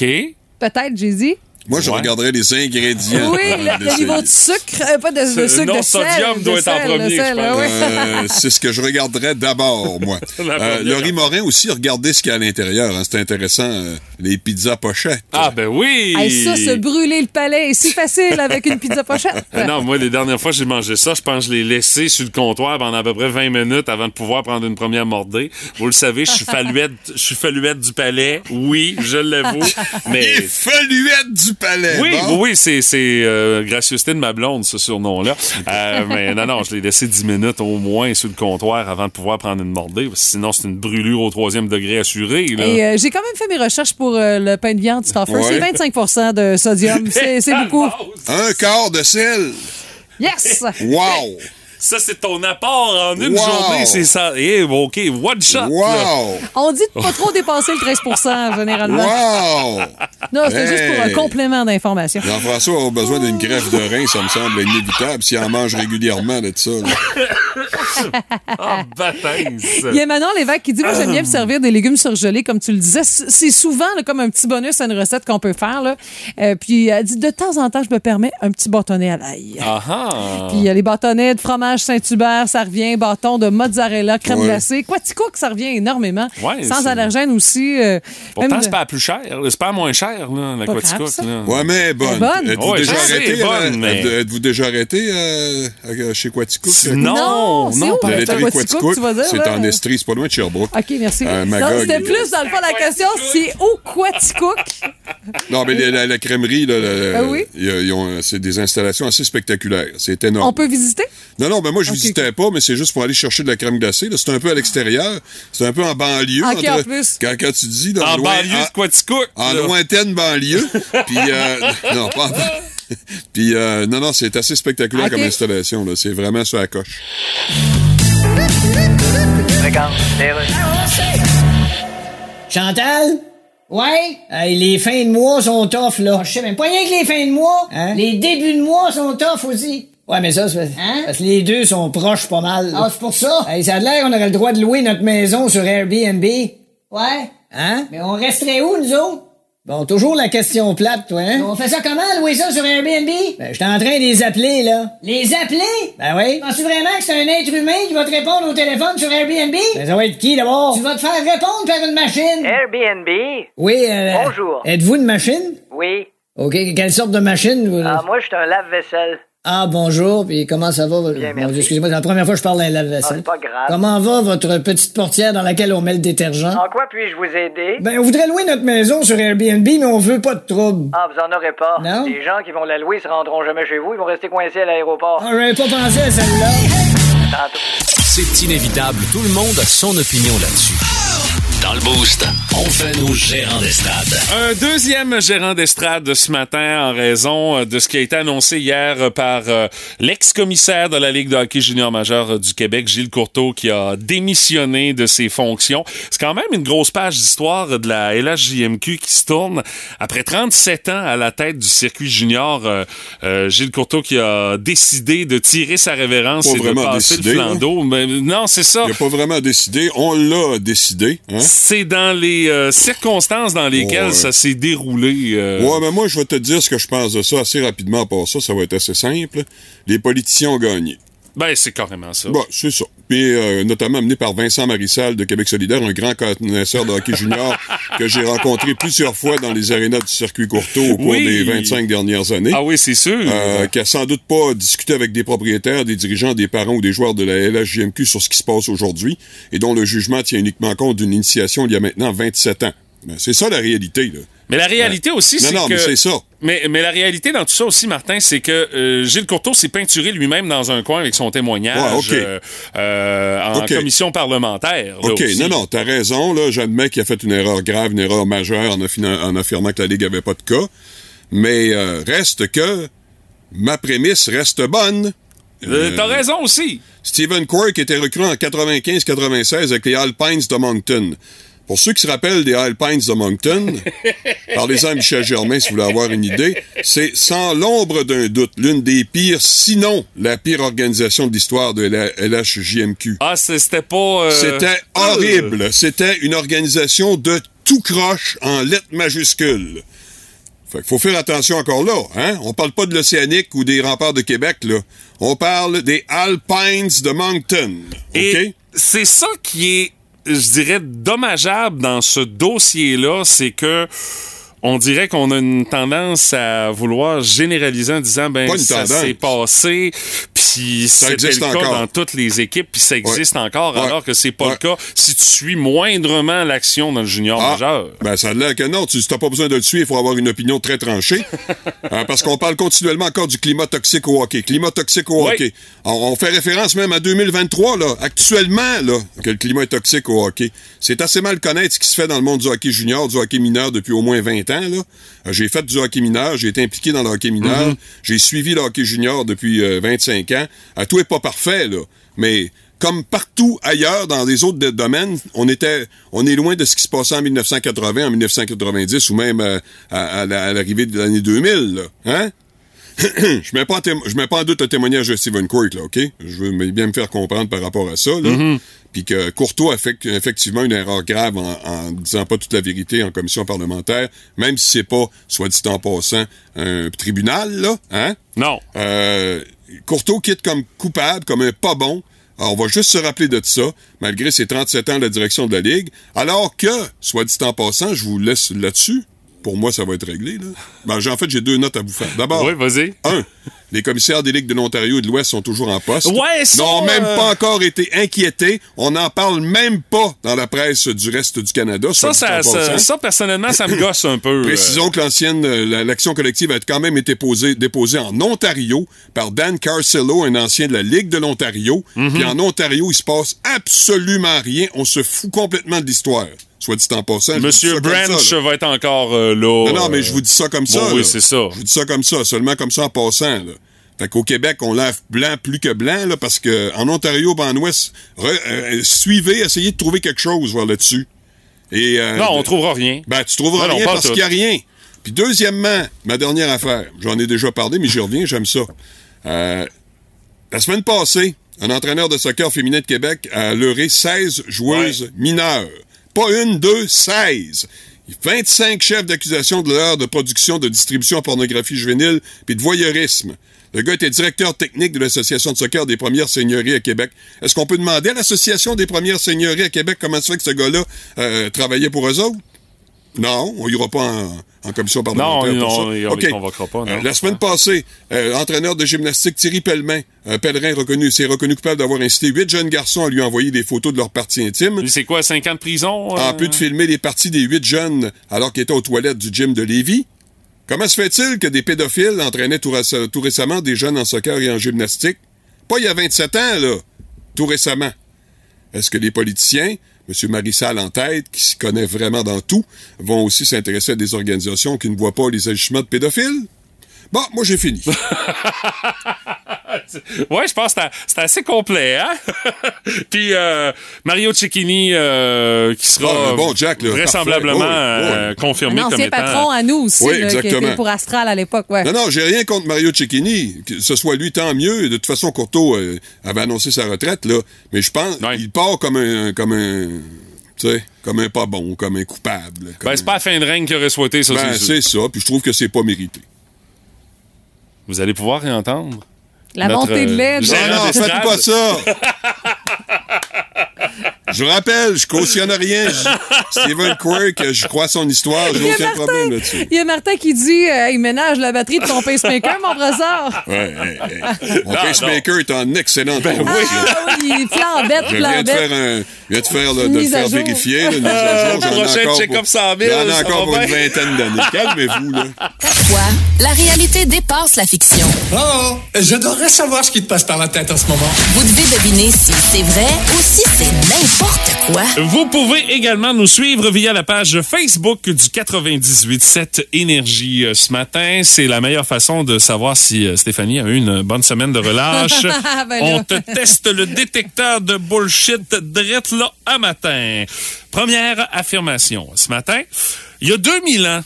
Speaker 2: Peut-être, j'ai dit.
Speaker 10: Moi, je
Speaker 1: Ouais.
Speaker 10: regarderais les ingrédients.
Speaker 2: Oui,
Speaker 10: avant
Speaker 2: le, le
Speaker 10: d'essayer.
Speaker 2: niveau de sucre, euh, pas de, de
Speaker 1: Ce-
Speaker 2: sucre,
Speaker 1: non,
Speaker 2: de sel.
Speaker 1: sodium
Speaker 2: de
Speaker 1: doit être en
Speaker 2: sel, de
Speaker 1: premier, je
Speaker 2: sel,
Speaker 1: pense.
Speaker 2: ouais.
Speaker 10: Euh, c'est ce que je regarderais d'abord, moi.
Speaker 1: La
Speaker 10: Euh,
Speaker 1: première.
Speaker 10: Laurie Morin aussi, regardez ce qu'il y a à l'intérieur. hein, c'est intéressant, euh, les pizzas pochettes.
Speaker 1: Ah, ben oui!
Speaker 2: Hey, ça, se brûler le palais est si facile avec une pizza pochette.
Speaker 1: Ah non, moi, les dernières fois que j'ai mangé ça, je pense que je l'ai laissé sur le comptoir pendant à peu près 20 minutes avant de pouvoir prendre une première mordée. Vous le savez, je suis faluette, je suis faluette du palais. Oui, je l'avoue.
Speaker 10: Les
Speaker 1: Mais
Speaker 10: feluettes du palais.
Speaker 1: Oui,
Speaker 10: Eh bon.
Speaker 1: oui, c'est, c'est euh, gracieuseté de ma blonde, ce surnom-là. Euh, mais non, non, je l'ai laissé 10 minutes au moins sur le comptoir avant de pouvoir prendre une mordée. parce que Sinon, c'est une brûlure au troisième degré assurée. Là.
Speaker 2: Et euh, j'ai quand même fait mes recherches pour euh, le pain de viande Stauffer.
Speaker 10: Ouais.
Speaker 2: C'est 25 de sodium. C'est c'est beaucoup.
Speaker 10: Un quart de sel.
Speaker 2: Yes!
Speaker 10: Wow!
Speaker 1: Ça, c'est ton apport en une
Speaker 10: Wow.
Speaker 1: journée. C'est ça. Eh, bon, OK, one shot. là.
Speaker 10: Wow!
Speaker 2: On dit de pas trop dépasser le 13 généralement.
Speaker 10: Wow!
Speaker 2: Non, c'est juste pour un
Speaker 10: Hey.
Speaker 2: complément d'information.
Speaker 10: Jean-François a besoin d'une greffe de rein, ça me semble inévitable s'il en mange régulièrement de ça. là.
Speaker 1: Ah, bâtisse.
Speaker 2: Il y a Manon Lévesque qui dit Moi, j'aime bien me
Speaker 1: Ah.
Speaker 2: servir des légumes surgelés, comme tu le disais. C- C'est souvent là, comme un petit bonus à une recette qu'on peut faire. Là. Euh, puis elle dit De temps en temps, je me permets un petit bâtonnet à l'ail.
Speaker 1: Ah, ah.
Speaker 2: Puis il y a les bâtonnets de fromage Saint-Hubert, ça revient. Bâton de mozzarella, crème
Speaker 10: Ouais.
Speaker 2: glacée. Quatico, que ça revient énormément.
Speaker 1: Ouais,
Speaker 2: Sans
Speaker 1: c'est-
Speaker 2: allergène aussi. euh,
Speaker 1: Pourtant,
Speaker 2: même
Speaker 1: c'est
Speaker 2: le-
Speaker 1: pas la plus chère. là. C'est pas la moins chère, là, la
Speaker 2: Pas grave,
Speaker 1: Quaticook,
Speaker 2: ça.
Speaker 1: là.
Speaker 10: Ouais, mais bonne.
Speaker 2: Bonne.
Speaker 10: Êtes-vous
Speaker 1: Ouais,
Speaker 10: déjà,
Speaker 1: je sais,
Speaker 10: arrêté,
Speaker 1: bonne,
Speaker 10: euh,
Speaker 1: mais-
Speaker 10: êtes- êtes-vous déjà arrêté euh, à- chez Quaticook?
Speaker 1: Non,
Speaker 2: Non, c'est
Speaker 1: non,
Speaker 2: où,
Speaker 1: pas
Speaker 10: La
Speaker 2: le
Speaker 1: du tout.
Speaker 10: laiterie
Speaker 2: Quaticook, tu vas dire,
Speaker 10: c'est
Speaker 2: là?
Speaker 10: en Estrie, c'est pas loin de Sherbrooke.
Speaker 2: OK, merci.
Speaker 10: Euh,
Speaker 2: Donc,
Speaker 10: Magog.
Speaker 2: c'était plus, dans le fond, la question c'est au Quaticook.
Speaker 10: Non, mais la, la- la crèmerie, là, la-
Speaker 2: Ah oui?
Speaker 10: ils- ils ont- euh, c'est des installations assez spectaculaires. C'est énorme.
Speaker 2: On peut visiter
Speaker 10: Non, non, ben moi, je
Speaker 2: Ok, Ah.
Speaker 10: visitais pas, mais c'est juste pour aller chercher de la crème glacée. là. C'est un peu à l'extérieur. C'est un peu en banlieue.
Speaker 2: Ok,
Speaker 10: entre-
Speaker 2: en plus.
Speaker 10: Quand, quand tu dis dans
Speaker 1: En
Speaker 10: le loin-
Speaker 1: banlieue
Speaker 10: en-
Speaker 1: de Quaticook.
Speaker 10: en
Speaker 1: là.
Speaker 10: lointaine banlieue. Puis, euh, non, pas en ban- Puis, euh, non, non, c'est assez spectaculaire
Speaker 2: Ok.
Speaker 10: comme installation. là. C'est vraiment sur la coche.
Speaker 4: Regarde, les rues.
Speaker 5: Chantal? Ouais? Euh, les fins de mois sont tough, là. je sais même pas rien que les fins de mois. Les débuts de mois sont tough aussi. Ouais, mais ça, c'est parce- parce que les deux sont proches pas mal. Ah, c'est pour ça? ça a l'air qu'on aurait le droit de louer notre maison sur Airbnb. Ouais. Hein? Mais on resterait où, nous autres? Bon, toujours la question plate, toi, hein? On fait ça comment, louer ça sur Airbnb? Ben, j'étais en train de les appeler, là. Les appeler? Ben oui. Penses-tu vraiment que c'est un être humain qui va te répondre au téléphone sur Airbnb? Ben, ça va être qui, d'abord? Tu vas te faire répondre par une machine.
Speaker 4: Eh, Airbnb?
Speaker 5: Oui, euh,
Speaker 4: Bonjour.
Speaker 5: Êtes-vous une machine?
Speaker 4: Oui.
Speaker 5: OK, quelle sorte de machine? vous-
Speaker 4: Ah, moi, je suis un lave-vaisselle.
Speaker 5: Ah, bonjour, puis comment ça va? votre-
Speaker 4: Bien,
Speaker 5: Mon
Speaker 4: merci.
Speaker 5: Dieu, Excusez-moi, c'est la première fois que je parle à la vaisselle.
Speaker 4: Ah, c'est pas grave. Ah.
Speaker 5: Comment va votre petite portière dans laquelle on met le détergent?
Speaker 4: En quoi puis-je vous aider?
Speaker 5: Ben, on voudrait louer notre maison sur Airbnb, mais on veut pas de trouble.
Speaker 4: Ah, vous en aurez pas.
Speaker 5: Non.
Speaker 4: Les gens qui vont la louer se rendront jamais chez vous. Ils vont rester coincés à l'aéroport.
Speaker 5: On n'aurait Ah, pas pensé à celle-là.
Speaker 6: C'est inévitable, tout le monde a son opinion là-dessus. Dans le boost, on fait nos gérants d'estrade.
Speaker 1: Un deuxième gérant d'estrade ce matin en raison euh, de ce qui a été annoncé hier euh, par euh, l'ex-commissaire de la Ligue de hockey junior majeur euh, du Québec, Gilles Courteau, qui a démissionné de ses fonctions. C'est quand même une grosse page d'histoire de la LHJMQ qui se tourne. Après 37 ans à la tête du circuit junior, euh, euh, Gilles Courteau qui a décidé de tirer sa révérence
Speaker 10: Pas
Speaker 1: et de
Speaker 10: vraiment
Speaker 1: passer
Speaker 10: décidé,
Speaker 1: le
Speaker 10: hein.
Speaker 1: flandeau. Mais, non, c'est ça.
Speaker 10: Il a pas hein. vraiment décidé. On l'a décidé. Hein?
Speaker 1: Ah. C'est dans les euh, circonstances dans lesquelles
Speaker 10: Ouais.
Speaker 1: ça s'est déroulé. euh,
Speaker 10: Ouais, mais moi, je vais te dire ce que je pense de ça assez rapidement pour ça. Ça va être assez simple. Les politiciens ont gagné.
Speaker 1: Ben, c'est carrément ça.
Speaker 10: Bon, Bah, c'est ça. Puis, euh, notamment amené par Vincent Marissal de Québec solidaire, un grand connaisseur de hockey junior que j'ai rencontré plusieurs fois dans les arénas du circuit Courteau au cours
Speaker 1: Oui.
Speaker 10: des 25 dernières années.
Speaker 1: Ah oui, c'est sûr.
Speaker 10: Euh, qui a sans doute pas discuté avec des propriétaires, des dirigeants, des parents ou des joueurs de la LHJMQ sur ce qui se passe aujourd'hui et dont le jugement tient uniquement compte d'une initiation il y a maintenant 27 ans. Ben, c'est ça la réalité, là.
Speaker 1: Mais la réalité aussi,
Speaker 10: Non,
Speaker 1: c'est que...
Speaker 10: non, mais c'est ça.
Speaker 1: Mais, mais la réalité dans tout ça aussi, Martin, c'est que euh, Gilles Courteau s'est peinturé lui-même dans un coin avec son témoignage
Speaker 10: Ouais, ok.
Speaker 1: euh, euh, en
Speaker 10: Ok.
Speaker 1: commission parlementaire. là
Speaker 10: OK,
Speaker 1: aussi.
Speaker 10: non, non, t'as raison. Là, j'admets qu'il a fait une erreur grave, une erreur majeure en, affina- en affirmant que la Ligue avait pas de cas. Mais euh, reste que ma prémisse reste bonne.
Speaker 1: Euh, T'as raison aussi.
Speaker 10: Stephen Quirk était recruté en 95-96 avec les Alpines de Moncton. Pour ceux qui se rappellent des Alpines de Moncton, parlez-en à Michel Germain si vous voulez avoir une idée, c'est sans l'ombre d'un doute l'une des pires, sinon la pire organisation de l'histoire de la LHJMQ.
Speaker 1: Ah, c'est- c'était pas... euh,
Speaker 10: C'était horrible. C'était une organisation de tout croche en lettres majuscules. Fait qu'il faut faire attention encore là, hein? On parle pas de l'Océanique ou des remparts de Québec, là. On parle des Alpines de Moncton. OK?
Speaker 1: Et c'est ça qui est, je dirais, dommageable dans ce dossier-là, c'est que on dirait qu'on a une tendance à vouloir généraliser en disant ben
Speaker 10: Pas une
Speaker 1: ça
Speaker 10: tendance.
Speaker 1: s'est passé, puis c'était le
Speaker 10: existe
Speaker 1: cas
Speaker 10: encore.
Speaker 1: dans toutes les équipes, puis ça existe encore,
Speaker 10: Ouais.
Speaker 1: alors que c'est pas
Speaker 10: Ouais.
Speaker 1: le cas si tu suis moindrement l'action dans le junior
Speaker 10: Ah,
Speaker 1: majeur.
Speaker 10: ben ça a l'air que non, tu n'as pas besoin de le suivre pour avoir une opinion très tranchée. Hein, parce qu'on parle continuellement encore du climat toxique au hockey. Climat toxique au
Speaker 1: Oui.
Speaker 10: hockey. On, on fait référence même à 2023, là, actuellement, là, que le climat est toxique au hockey. C'est assez mal connaître ce qui se fait dans le monde du hockey junior, du hockey mineur depuis au moins 20 ans. Là. Euh, J'ai fait du hockey mineur, j'ai été impliqué dans le hockey mineur, j'ai suivi le hockey junior depuis euh, 25 ans. À tout est pas parfait, là. Mais comme partout ailleurs dans les autres de- domaines, on était, on est loin de ce qui se passait en 1980, en 1990 ou même euh, à, à la- à l'arrivée de l'année 2000. là. Hein? je mets pas en témo- je mets pas en doute le témoignage de Stephen Quirk, là, OK? Je veux m- bien me faire comprendre par rapport à ça, là.
Speaker 1: Mm-hmm.
Speaker 10: Puis que Courtois a fait effectivement une erreur grave en, en disant pas toute la vérité en commission parlementaire, même si c'est pas, soit dit en passant, un tribunal, là, hein?
Speaker 1: Non.
Speaker 10: Euh, Courteau quitte comme coupable, comme un pas bon. Alors, on va juste se rappeler de ça, malgré ses 37 ans de la direction de la Ligue. Alors que, soit dit en passant, je vous laisse là-dessus. Pour moi, ça va être réglé. Là. Ben, j'ai- en fait, j'ai deux notes à vous faire. D'abord,
Speaker 1: Oui, vas-y.
Speaker 10: un, les commissaires des Ligues de l'Ontario et de l'Ouest sont toujours en poste.
Speaker 1: Ouais, ça,
Speaker 10: N'ont même
Speaker 1: euh,
Speaker 10: pas encore été inquiétés. On n'en parle même pas dans la presse du reste du Canada. soit
Speaker 1: Ça,
Speaker 10: dit
Speaker 1: ça,
Speaker 10: en
Speaker 1: ça,
Speaker 10: passant.
Speaker 1: ça, personnellement, ça me gosse un peu. euh,
Speaker 10: Précisons que l'ancienne, euh, la- l'action collective a quand même été posée, déposée en Ontario par Dan Carcello, un ancien de la Ligue de l'Ontario.
Speaker 1: Mhm.
Speaker 10: Puis en Ontario, il se passe absolument rien. On se fout complètement de l'histoire. Soit dit en passant. je
Speaker 1: Monsieur
Speaker 10: vous dis ça comme
Speaker 1: Branch
Speaker 10: ça, là.
Speaker 1: va être encore euh, là.
Speaker 10: Non, non, mais
Speaker 1: euh,
Speaker 10: je vous dis ça comme ça.
Speaker 1: bon, oui,
Speaker 10: là.
Speaker 1: c'est ça.
Speaker 10: Je vous dis ça comme ça, seulement comme ça en passant. Là. Fait qu'au Québec, on lave blanc plus que blanc, là, parce que en Ontario, ben, en Ouest, re- euh, suivez, essayez de trouver quelque chose voir, là-dessus. Et, euh,
Speaker 1: Non, on trouvera rien.
Speaker 10: ben, tu trouveras
Speaker 1: Non, non,
Speaker 10: rien
Speaker 1: pas
Speaker 10: parce
Speaker 1: tout.
Speaker 10: qu'il n'y a rien. Puis deuxièmement, ma dernière affaire, j'en ai déjà parlé, mais j'y reviens, j'aime ça. Euh, la semaine passée, un entraîneur de soccer féminin de Québec a leurré 16 joueuses mineures. Pas une, deux, 16. 25 chefs d'accusation de l'heure de production, de distribution en pornographie juvénile puis de voyeurisme. Le gars était directeur technique de l'Association de soccer des premières seigneuries à Québec. Est-ce qu'on peut demander à l'Association des premières seigneuries à Québec comment se fait que ce gars-là euh, travaillait pour eux autres? Non, on ira pas en, en commission parlementaire.
Speaker 1: Non,
Speaker 10: pour
Speaker 1: non,
Speaker 10: ça.
Speaker 1: on les
Speaker 10: OK.
Speaker 1: convoquera pas, non.
Speaker 10: Euh, la semaine passée, euh, entraîneur de gymnastique Thierry Pellemin, un pèlerin reconnu, s'est reconnu coupable d'avoir incité huit jeunes garçons à lui envoyer des photos de leur partie intime.
Speaker 1: C'est quoi, 5 ans de prison? euh?
Speaker 10: En plus de filmer les parties des huit jeunes alors qu'ils étaient aux toilettes du gym de Lévis. Comment se fait-il que des pédophiles entraînaient tout, rac- tout récemment des jeunes en soccer et en gymnastique? Pas il y a 27 ans, là. Tout récemment. Est-ce que les politiciens, M. Marissal en tête, qui s'y connaît vraiment dans tout, vont aussi s'intéresser à des organisations qui ne voient pas les agissements de pédophiles? Bon, moi j'ai fini.
Speaker 1: Ouais, je pense que c'est a- c'est assez complet, hein? Puis euh, Mario Cecchini, euh, qui sera
Speaker 10: Ah, le bon Jack, là,
Speaker 1: vraisemblablement
Speaker 10: parfait. Oh, Oui, oui.
Speaker 1: euh, confirmé
Speaker 2: Un
Speaker 1: comme
Speaker 2: ancien
Speaker 1: étant...
Speaker 2: patron hein. à nous aussi,
Speaker 10: Oui,
Speaker 2: là, qui était
Speaker 10: exactement.
Speaker 2: pour Astral à l'époque. Ouais.
Speaker 10: Non, non, j'ai rien contre Mario Cecchini. Que ce soit lui, tant mieux. De toute façon, Courteau euh, avait annoncé sa retraite, là. Mais je pense il part comme un. comme un. Tu sais, comme un pas bon, comme un coupable. comme
Speaker 1: Ben, c'est pas la fin de règne qu'il aurait souhaité, ça,
Speaker 10: Ben,
Speaker 1: c'est sûr.
Speaker 10: c'est ça, puis je trouve que c'est pas mérité.
Speaker 1: Vous allez pouvoir réentendre.
Speaker 2: La
Speaker 1: Notre,
Speaker 2: montée de
Speaker 1: euh,
Speaker 2: lait.
Speaker 10: Non,
Speaker 1: gérant
Speaker 10: non,
Speaker 1: d'estrade.
Speaker 10: faites pas ça! je rappelle, je cautionne rien. Je- Stephen Quirk, je crois à son histoire,
Speaker 2: Il y
Speaker 10: j'ai
Speaker 2: a
Speaker 10: aucun
Speaker 2: Martin.
Speaker 10: problème là-dessus.
Speaker 2: Il y a Martin qui dit euh, Il ménage la batterie de ton pacemaker, mon brassard.
Speaker 10: Ouais, hey, hey. Mon
Speaker 1: Non, Ben
Speaker 10: pacemaker est en excellente
Speaker 2: Ah
Speaker 10: condition.
Speaker 2: oui, il flambette,
Speaker 10: Je viens de faire
Speaker 2: flambette.
Speaker 10: un, je viens de faire, là,
Speaker 2: Une
Speaker 10: de le
Speaker 2: mise à
Speaker 10: faire
Speaker 2: jour.
Speaker 10: vérifier, là, une mise à jour. J'en ai
Speaker 1: Prochain
Speaker 10: encore
Speaker 1: check-up
Speaker 10: pour-
Speaker 1: 100 000,
Speaker 10: J'en ai
Speaker 1: ça
Speaker 10: encore
Speaker 1: va
Speaker 10: pour une
Speaker 1: bien.
Speaker 10: vingtaine d'années. Calmez-vous, là.
Speaker 3: Parfois, la réalité dépasse la fiction.
Speaker 11: Oh, j'adorerais savoir ce qui te passe par la tête en ce moment.
Speaker 3: Vous devez deviner si c'est vrai ou si c'est n'importe quoi.
Speaker 1: Vous pouvez également nous suivre via la page Facebook du 98.7 Énergie euh, ce matin. C'est la meilleure façon de savoir si euh, Stéphanie a eu une bonne semaine de relâche.
Speaker 2: Ben là.
Speaker 1: On te teste le détecteur de bullshit drette là à matin. Première affirmation. Ce matin, il y a 2000 ans,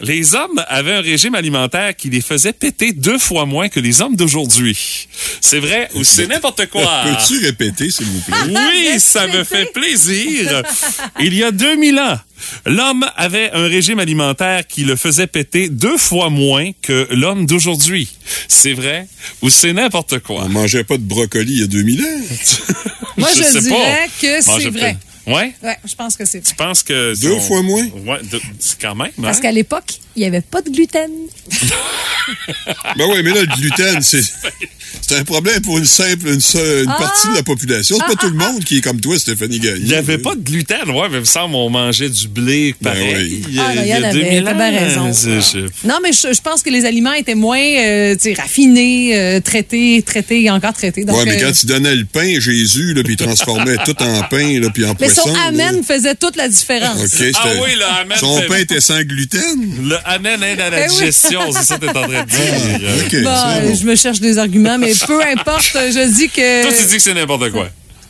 Speaker 1: les hommes avaient un régime alimentaire qui les faisait péter deux fois moins que les hommes d'aujourd'hui. C'est vrai ou c'est n'importe quoi?
Speaker 10: Peux-tu répéter, s'il vous plaît?
Speaker 1: Oui, ça me fait plaisir. Il y a 2000 ans, l'homme avait un régime alimentaire qui le faisait péter deux fois moins que l'homme d'aujourd'hui. C'est vrai ou c'est n'importe quoi?
Speaker 10: On mangeait pas de brocoli il y a 2000 ans.
Speaker 2: Moi, je
Speaker 1: sais
Speaker 2: dirais
Speaker 1: pas.
Speaker 2: que
Speaker 1: Moi,
Speaker 2: c'est
Speaker 1: je
Speaker 2: vrai.
Speaker 1: peux- Ouais?
Speaker 2: Ouais, je pense que c'est vrai.
Speaker 1: Je pense que...
Speaker 10: Deux
Speaker 1: on-
Speaker 10: fois moins?
Speaker 1: Ouais, deux- c'est quand même,
Speaker 2: Parce
Speaker 1: hein?
Speaker 2: qu'à l'époque, il n'y avait pas de gluten.
Speaker 10: Ben oui, mais là, le gluten, c'est, c'est un problème pour une simple, une, seule- une
Speaker 2: Ah!
Speaker 10: partie de la population. C'est pas tout le monde qui est comme toi, Stéphanie Gagné.
Speaker 1: Ah! Il n'y avait pas de gluten, ouais, mais il me semble qu'on mangeait du blé pareil.
Speaker 10: oui.
Speaker 1: il y a-
Speaker 2: Ah, ben,
Speaker 1: il
Speaker 2: il
Speaker 1: y
Speaker 2: y en
Speaker 1: a
Speaker 2: avait,
Speaker 1: 2000
Speaker 2: t'as
Speaker 1: ans.
Speaker 2: bien raison.
Speaker 1: Je- je-
Speaker 2: Non, mais je, je pense que les aliments étaient moins euh, tu sais, raffinés, euh, traités, traités et encore traités. Donc,
Speaker 10: Ouais, mais
Speaker 2: euh,
Speaker 10: quand il donnait le pain à Jésus, là, puis il transformait tout en pain, là, puis en
Speaker 2: mais
Speaker 10: poisson.
Speaker 2: son
Speaker 10: là.
Speaker 2: amen faisait toute la différence.
Speaker 10: OK, c'était-
Speaker 1: Ah oui, le amen,
Speaker 10: Son
Speaker 1: c'est-
Speaker 10: pain était sans gluten? Ah,
Speaker 1: Le amen aide à la
Speaker 2: Ben oui.
Speaker 1: digestion, c'est ça que t'es en train de dire.
Speaker 10: OK, c'est
Speaker 2: Bon, euh,
Speaker 10: bon.
Speaker 2: je me cherche des arguments, mais peu importe, euh, je dis que.
Speaker 1: Toi, tu dis que c'est n'importe quoi.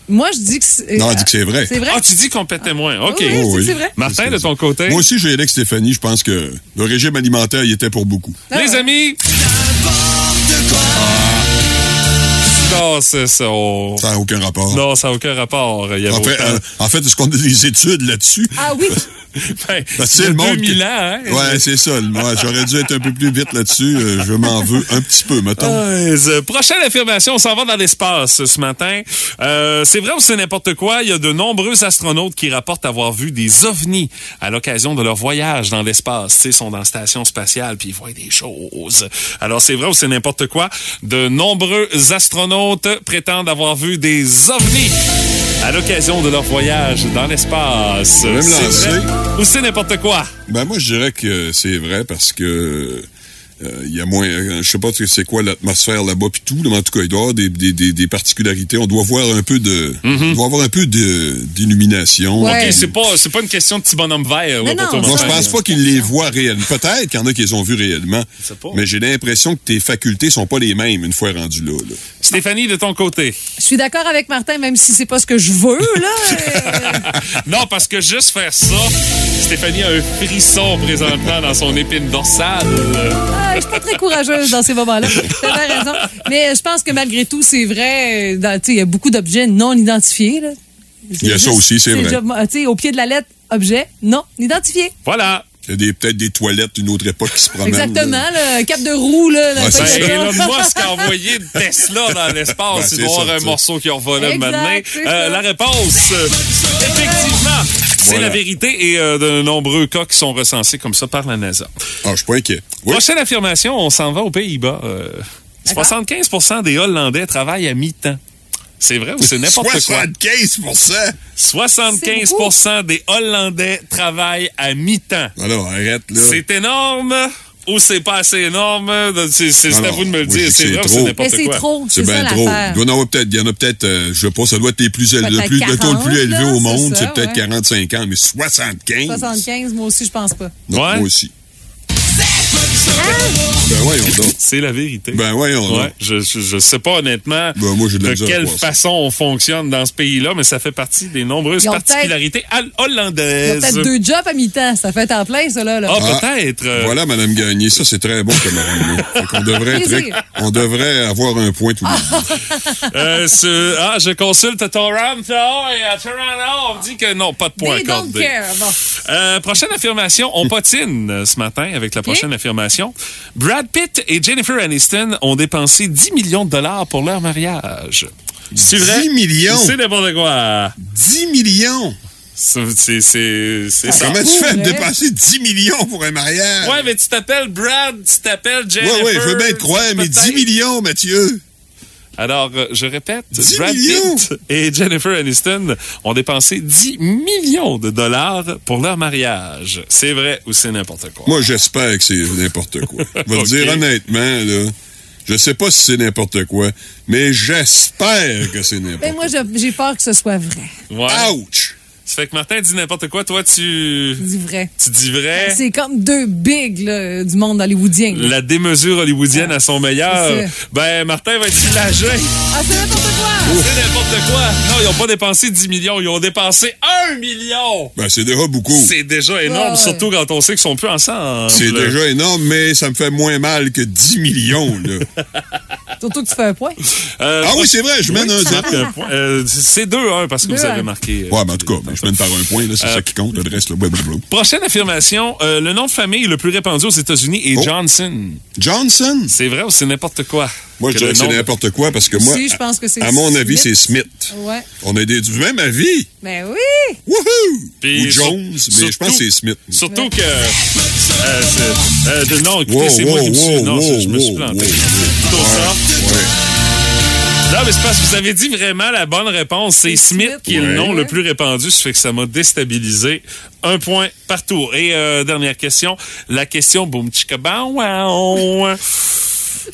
Speaker 2: Moi, je dis que c'est.
Speaker 10: Non, on dit que c'est vrai.
Speaker 2: C'est vrai?
Speaker 1: Ah, tu dis qu'on pétait moins. OK.
Speaker 2: Hein? Oui, oui,
Speaker 10: Oh,
Speaker 2: c'est-
Speaker 10: oui.
Speaker 2: c'est vrai.
Speaker 1: Martin, de ton côté.
Speaker 10: Moi aussi, j'ai avec Stéphanie, je pense que le régime alimentaire, il était pour beaucoup.
Speaker 1: Les amis. Non, c'est ça. on-
Speaker 10: Ça n'a aucun rapport.
Speaker 1: Non, ça n'a aucun rapport. Il y avait
Speaker 10: En fait,
Speaker 1: autant-
Speaker 10: euh, en fait, est-ce qu'on a des études là-dessus?
Speaker 2: Ah oui,
Speaker 1: Ben,
Speaker 10: Parce que
Speaker 1: il y a
Speaker 10: le monde
Speaker 1: 2000
Speaker 10: qui-
Speaker 1: ans, hein?
Speaker 10: Ouais, c'est ça. le- ouais, J'aurais dû être un peu plus vite là-dessus. euh, je m'en veux un petit peu,
Speaker 2: Euh.
Speaker 10: mettons.
Speaker 1: Ouais, c'est- Prochaine affirmation, on s'en va dans l'espace ce matin. Euh, c'est vrai ou c'est n'importe quoi, il y a de nombreux astronautes qui rapportent avoir vu des ovnis à l'occasion de leur voyage dans l'espace. Tu sais, Ils sont dans la station spatiale puis ils voient des choses. Alors c'est vrai ou c'est n'importe quoi, de nombreux astronautes prétendent avoir vu des ovnis à l'occasion de leur voyage dans l'espace.
Speaker 10: vais me
Speaker 1: C'est vrai
Speaker 10: lancer.
Speaker 1: ou c'est n'importe quoi.
Speaker 10: Ben moi, je dirais que c'est vrai parce que euh, il y a moins. euh, Je sais pas c'est quoi l'atmosphère là-bas puis tout, mais en tout cas, il doit y avoir des, des, des, des particularités. On doit voir un peu de. On doit avoir un peu de- d'illumination.
Speaker 2: Ouais.
Speaker 1: Mm-hmm. OK, c'est pas, c'est pas une question de petit bonhomme vert.
Speaker 2: Mais
Speaker 1: là, pour toi,
Speaker 2: non,
Speaker 10: Moi,
Speaker 1: Martin.
Speaker 10: je pense pas qu'ils les voient réellement. Peut-être qu'il y en a qui les ont vus réellement.
Speaker 1: sais pas.
Speaker 10: Mais j'ai l'impression que tes facultés sont pas les mêmes une fois rendu là. là.
Speaker 1: Stéphanie, de ton côté.
Speaker 2: je suis d'accord avec Martin, même si c'est pas ce que je veux, là. Euh,
Speaker 1: Non, parce que juste faire ça, Stéphanie a un frisson présentement dans son épine dorsale.
Speaker 2: ah, je suis pas très courageuse dans ces moments-là. T'as bien raison. Mais euh, je pense que malgré tout, c'est vrai. euh, dans- tu sais, Il y a beaucoup d'objets non identifiés, là.
Speaker 10: Il y a ça aussi, c'est vrai.
Speaker 2: déjà- tu sais, au pied de la lettre, objet non identifié.
Speaker 1: Voilà.
Speaker 10: Il y a des- peut-être des toilettes d'une autre époque qui se promènent. là. Ah,
Speaker 2: Exactement, là, cap de roue, là. la
Speaker 10: Ouais,
Speaker 2: tête
Speaker 1: C'est
Speaker 2: de
Speaker 1: Ben, Elon
Speaker 2: l'autre.
Speaker 1: Musk a envoyé Tesla dans
Speaker 10: Ben,
Speaker 1: l'espace.
Speaker 10: c'est
Speaker 1: Il doit
Speaker 10: ça,
Speaker 1: avoir un
Speaker 10: ça.
Speaker 1: morceau qui a revolé
Speaker 2: Exact,
Speaker 1: maintenant.
Speaker 2: c'est
Speaker 1: Euh,
Speaker 2: ça.
Speaker 1: la réponse, euh, effectivement, C'est la vérité et euh, de nombreux cas qui sont recensés comme ça par la NASA.
Speaker 10: Ah, je suis pas inquiet.
Speaker 1: Prochaine affirmation, on s'en va aux Pays-Bas. Euh, 75 des Hollandais travaillent à mi-temps. C'est vrai ou c'est n'importe quoi?
Speaker 10: 75
Speaker 1: 75 des Hollandais travaillent à mi-temps.
Speaker 10: Alors, arrête, là.
Speaker 1: C'est énorme ou c'est pas assez énorme? C'est c'est- c'est à
Speaker 10: Alors,
Speaker 1: vous de me le
Speaker 10: moi, je
Speaker 1: dire.
Speaker 10: dis que
Speaker 1: C'est vrai ou c'est
Speaker 10: trop.
Speaker 1: n'importe quoi?
Speaker 10: C'est bien trop. Il doit y en avoir peut-être, il y en a peut-être, euh, je sais pas, ça doit être les plus élevés, le,
Speaker 2: Peut-être
Speaker 10: plus, le taux le
Speaker 2: 40,
Speaker 10: plus élevé
Speaker 2: là,
Speaker 10: au
Speaker 2: c'est
Speaker 10: monde,
Speaker 2: ça,
Speaker 10: c'est peut-être
Speaker 2: ouais.
Speaker 10: 45 ans, mais 75.
Speaker 2: 75, moi aussi, je pense pas.
Speaker 10: Non, Moi aussi. Ben voyons donc.
Speaker 1: C'est la vérité.
Speaker 10: Ben voyons donc.
Speaker 1: Ouais, je, je, je sais pas honnêtement
Speaker 10: Ben, moi, j'ai de la
Speaker 1: de,
Speaker 10: misère à
Speaker 1: quelle
Speaker 10: croire ça.
Speaker 1: façon on fonctionne dans ce pays-là, mais ça fait partie des nombreuses
Speaker 2: Ils ont
Speaker 1: particularités hal-
Speaker 2: Il y a
Speaker 1: hollandaises. Ah,
Speaker 2: peut-être deux jobs à mi-temps. Ça fait en plein, ça, là. là.
Speaker 1: peut-être.
Speaker 10: Ah,
Speaker 1: Euh,
Speaker 10: Voilà, Madame Gagné, ça c'est très bon comme argument. Fait qu'on devrait être-
Speaker 2: Plaisir.
Speaker 10: on devrait avoir un point tous
Speaker 1: Ah,
Speaker 10: les jours.
Speaker 1: Euh, ce- ah, je consulte Toronto et à Toronto, on me dit que non, pas de point
Speaker 2: They don't
Speaker 1: accordé.
Speaker 2: care. Bon.
Speaker 1: Euh, prochaine affirmation, on patine euh, ce matin avec la prochaine affirmation. Brad Pitt et Jennifer Aniston ont dépensé 10 millions de dollars pour leur mariage. C'est vrai?
Speaker 10: 10 millions?
Speaker 1: C'est n'importe quoi.
Speaker 10: 10 millions?
Speaker 1: C'est c'est- c'est- c'est ça.
Speaker 10: Ah, Comment tu fais à me dépasser 10 millions pour un mariage?
Speaker 1: Ouais, mais tu t'appelles Brad, tu t'appelles Jennifer.
Speaker 10: ouais, je veux bien te croire, mais 10 millions, Mathieu.
Speaker 1: Alors, euh, je répète,
Speaker 10: 10
Speaker 1: Brad
Speaker 10: millions?
Speaker 1: Pitt et Jennifer Aniston ont dépensé 10 millions de dollars pour leur mariage. C'est vrai ou c'est n'importe quoi?
Speaker 10: Moi, j'espère que c'est n'importe quoi. Je vais
Speaker 1: Ok.
Speaker 10: te dire honnêtement, là, je sais pas si c'est n'importe quoi, mais j'espère que c'est n'importe
Speaker 2: Ben, moi, je- j'ai peur que ce soit vrai.
Speaker 10: Ouch!
Speaker 1: Ça fait que Martin dit n'importe quoi. Toi, tu,
Speaker 2: Je dis vrai.
Speaker 1: tu dis vrai.
Speaker 2: C'est comme deux bigs là, du monde hollywoodien. là.
Speaker 1: La démesure hollywoodienne à son meilleur.
Speaker 2: C'est ça.
Speaker 1: Ben, Martin va être soulagé.
Speaker 2: Ah, c'est n'importe quoi!
Speaker 1: C'est n'importe quoi. Non, ils n'ont pas dépensé 10 millions. Ils ont dépensé 1 million.
Speaker 10: Ben, c'est déjà beaucoup.
Speaker 1: C'est déjà énorme,
Speaker 2: Ouais.
Speaker 1: surtout quand on sait qu'ils sont plus ensemble.
Speaker 10: C'est déjà énorme, mais ça me fait moins mal que 10 millions, là.
Speaker 2: Surtout que tu fais un point.
Speaker 1: Euh,
Speaker 10: Ah oui, c'est vrai, je mène
Speaker 1: oui,
Speaker 10: un
Speaker 1: tu
Speaker 10: zéro.
Speaker 1: marques un point. Euh, c'est 2-1 parce que
Speaker 2: Deux,
Speaker 1: vous avez
Speaker 2: un.
Speaker 1: marqué. euh,
Speaker 10: Ouais, mais en tout cas, ben, je mène par un point, là, c'est
Speaker 1: Euh,
Speaker 10: ça qui compte, le reste, là, blablabla.
Speaker 1: Prochaine affirmation. euh, le nom de famille le plus répandu aux États-Unis est
Speaker 10: Oh.
Speaker 1: Johnson.
Speaker 10: Johnson?
Speaker 1: C'est vrai ou c'est n'importe quoi?
Speaker 10: Moi, je
Speaker 1: le
Speaker 10: dirais que c'est
Speaker 1: nom-
Speaker 10: n'importe quoi, parce que moi,
Speaker 2: Si, je pense que c'est
Speaker 10: à mon avis, c'est
Speaker 2: Smith.
Speaker 10: Smith.
Speaker 2: Ouais.
Speaker 10: On a des du même avis.
Speaker 2: Ben oui!
Speaker 10: Wouhou!
Speaker 1: Puis
Speaker 10: Ou
Speaker 1: sur-
Speaker 10: Jones, mais
Speaker 1: surtout-
Speaker 10: je pense que c'est Smith.
Speaker 1: Surtout que. euh, c'est- euh, de- non, écoutez,
Speaker 10: Wow,
Speaker 1: c'est moi
Speaker 10: wow,
Speaker 1: qui me suis.
Speaker 10: wow,
Speaker 1: non,
Speaker 10: wow,
Speaker 1: je me suis
Speaker 10: wow,
Speaker 1: planté.
Speaker 10: wow.
Speaker 1: Plutôt ça.
Speaker 10: Ouais.
Speaker 1: Non, mais c'est parce que vous avez dit vraiment la bonne réponse. C'est Smith qui est le
Speaker 10: Ouais.
Speaker 1: nom le plus répandu. Ça fait que ça m'a déstabilisé. Un point partout. Et euh, dernière question. La question boum tchika bam, wow.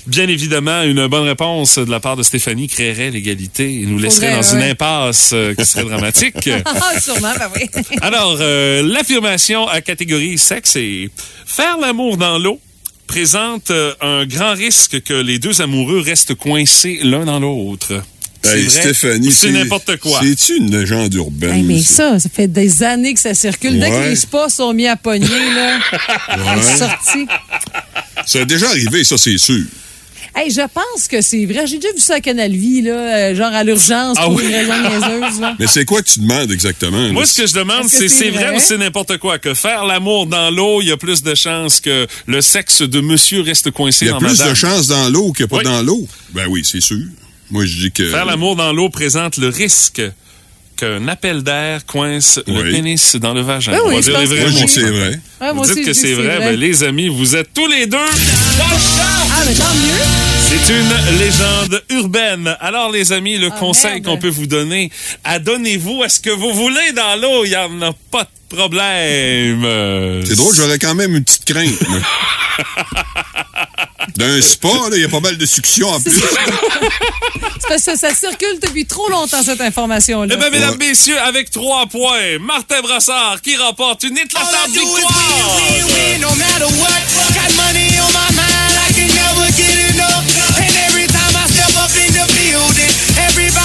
Speaker 1: Bien évidemment, une bonne réponse de la part de Stéphanie créerait l'égalité et nous laisserait
Speaker 2: Faudrait,
Speaker 1: dans une
Speaker 2: ouais.
Speaker 1: impasse euh, qui serait dramatique.
Speaker 2: Ah, sûrement, ben oui.
Speaker 1: Alors, euh, l'affirmation à catégorie sexe est faire l'amour dans l'eau présente euh, un grand risque que les deux amoureux restent coincés l'un dans l'autre. C'est
Speaker 10: Hey,
Speaker 1: vrai
Speaker 10: Stéphanie,
Speaker 1: ou c'est n'importe quoi.
Speaker 10: C'est-tu une légende urbaine?
Speaker 2: Hey, mais
Speaker 10: ça?
Speaker 2: ça, ça fait des années que ça circule. Dès que
Speaker 10: Ouais.
Speaker 2: les spas sont mis à pogner, là, c'est sorti.
Speaker 10: Ça a déjà arrivé, ça, c'est sûr.
Speaker 2: Hey, je pense que c'est vrai. J'ai déjà vu ça à Canal Vie, là, euh, genre à l'urgence
Speaker 1: Ah
Speaker 2: pour
Speaker 1: oui?
Speaker 2: une raison niaiseuse. là.
Speaker 10: Mais c'est quoi que tu demandes exactement?
Speaker 1: Moi,
Speaker 10: là?
Speaker 1: ce que je demande,
Speaker 2: Est-ce
Speaker 1: c'est
Speaker 2: que
Speaker 1: c'est
Speaker 2: c'est
Speaker 1: vrai,
Speaker 2: vrai?
Speaker 1: ou c'est n'importe quoi. Que faire l'amour dans l'eau, il y a plus de chances que le sexe de monsieur reste coincé
Speaker 10: Il y a
Speaker 1: dans
Speaker 10: plus
Speaker 1: madame.
Speaker 10: de chances dans l'eau que pas
Speaker 1: Oui.
Speaker 10: dans l'eau. Ben oui, c'est sûr. Moi, je dis que.
Speaker 1: Faire l'amour dans l'eau présente le risque qu'un appel d'air coince le
Speaker 10: Oui.
Speaker 1: pénis dans le vagin.
Speaker 2: Ah Oui,
Speaker 1: On
Speaker 2: oui,
Speaker 1: va
Speaker 2: je
Speaker 1: dire les
Speaker 2: pense
Speaker 1: vrais
Speaker 10: Moi, je
Speaker 1: mots.
Speaker 10: dis que c'est vrai.
Speaker 2: Ouais,
Speaker 1: Vous
Speaker 2: Ah, moi aussi,
Speaker 1: dites
Speaker 2: je
Speaker 1: que
Speaker 2: dis
Speaker 1: c'est vrai, ben, les amis, vous êtes tous les deux dans le champ!
Speaker 2: Ah, mais tant mieux.
Speaker 1: C'est une légende urbaine. Alors, les amis, le
Speaker 2: Ah,
Speaker 1: conseil
Speaker 2: merde.
Speaker 1: qu'on peut vous donner, adonnez-vous à ce que vous voulez dans l'eau. Il n'y en a pas de problème. Euh,
Speaker 10: C'est drôle, j'aurais quand même une petite crainte. moi. D'un spa, là, il y a pas mal de suctions en plus.
Speaker 2: C'est parce que ça circule depuis trop longtemps, cette information-là.
Speaker 1: Eh bien, mesdames,
Speaker 10: Ouais.
Speaker 1: messieurs, avec trois points, Martin Brassard qui remporte une éclatante victoire.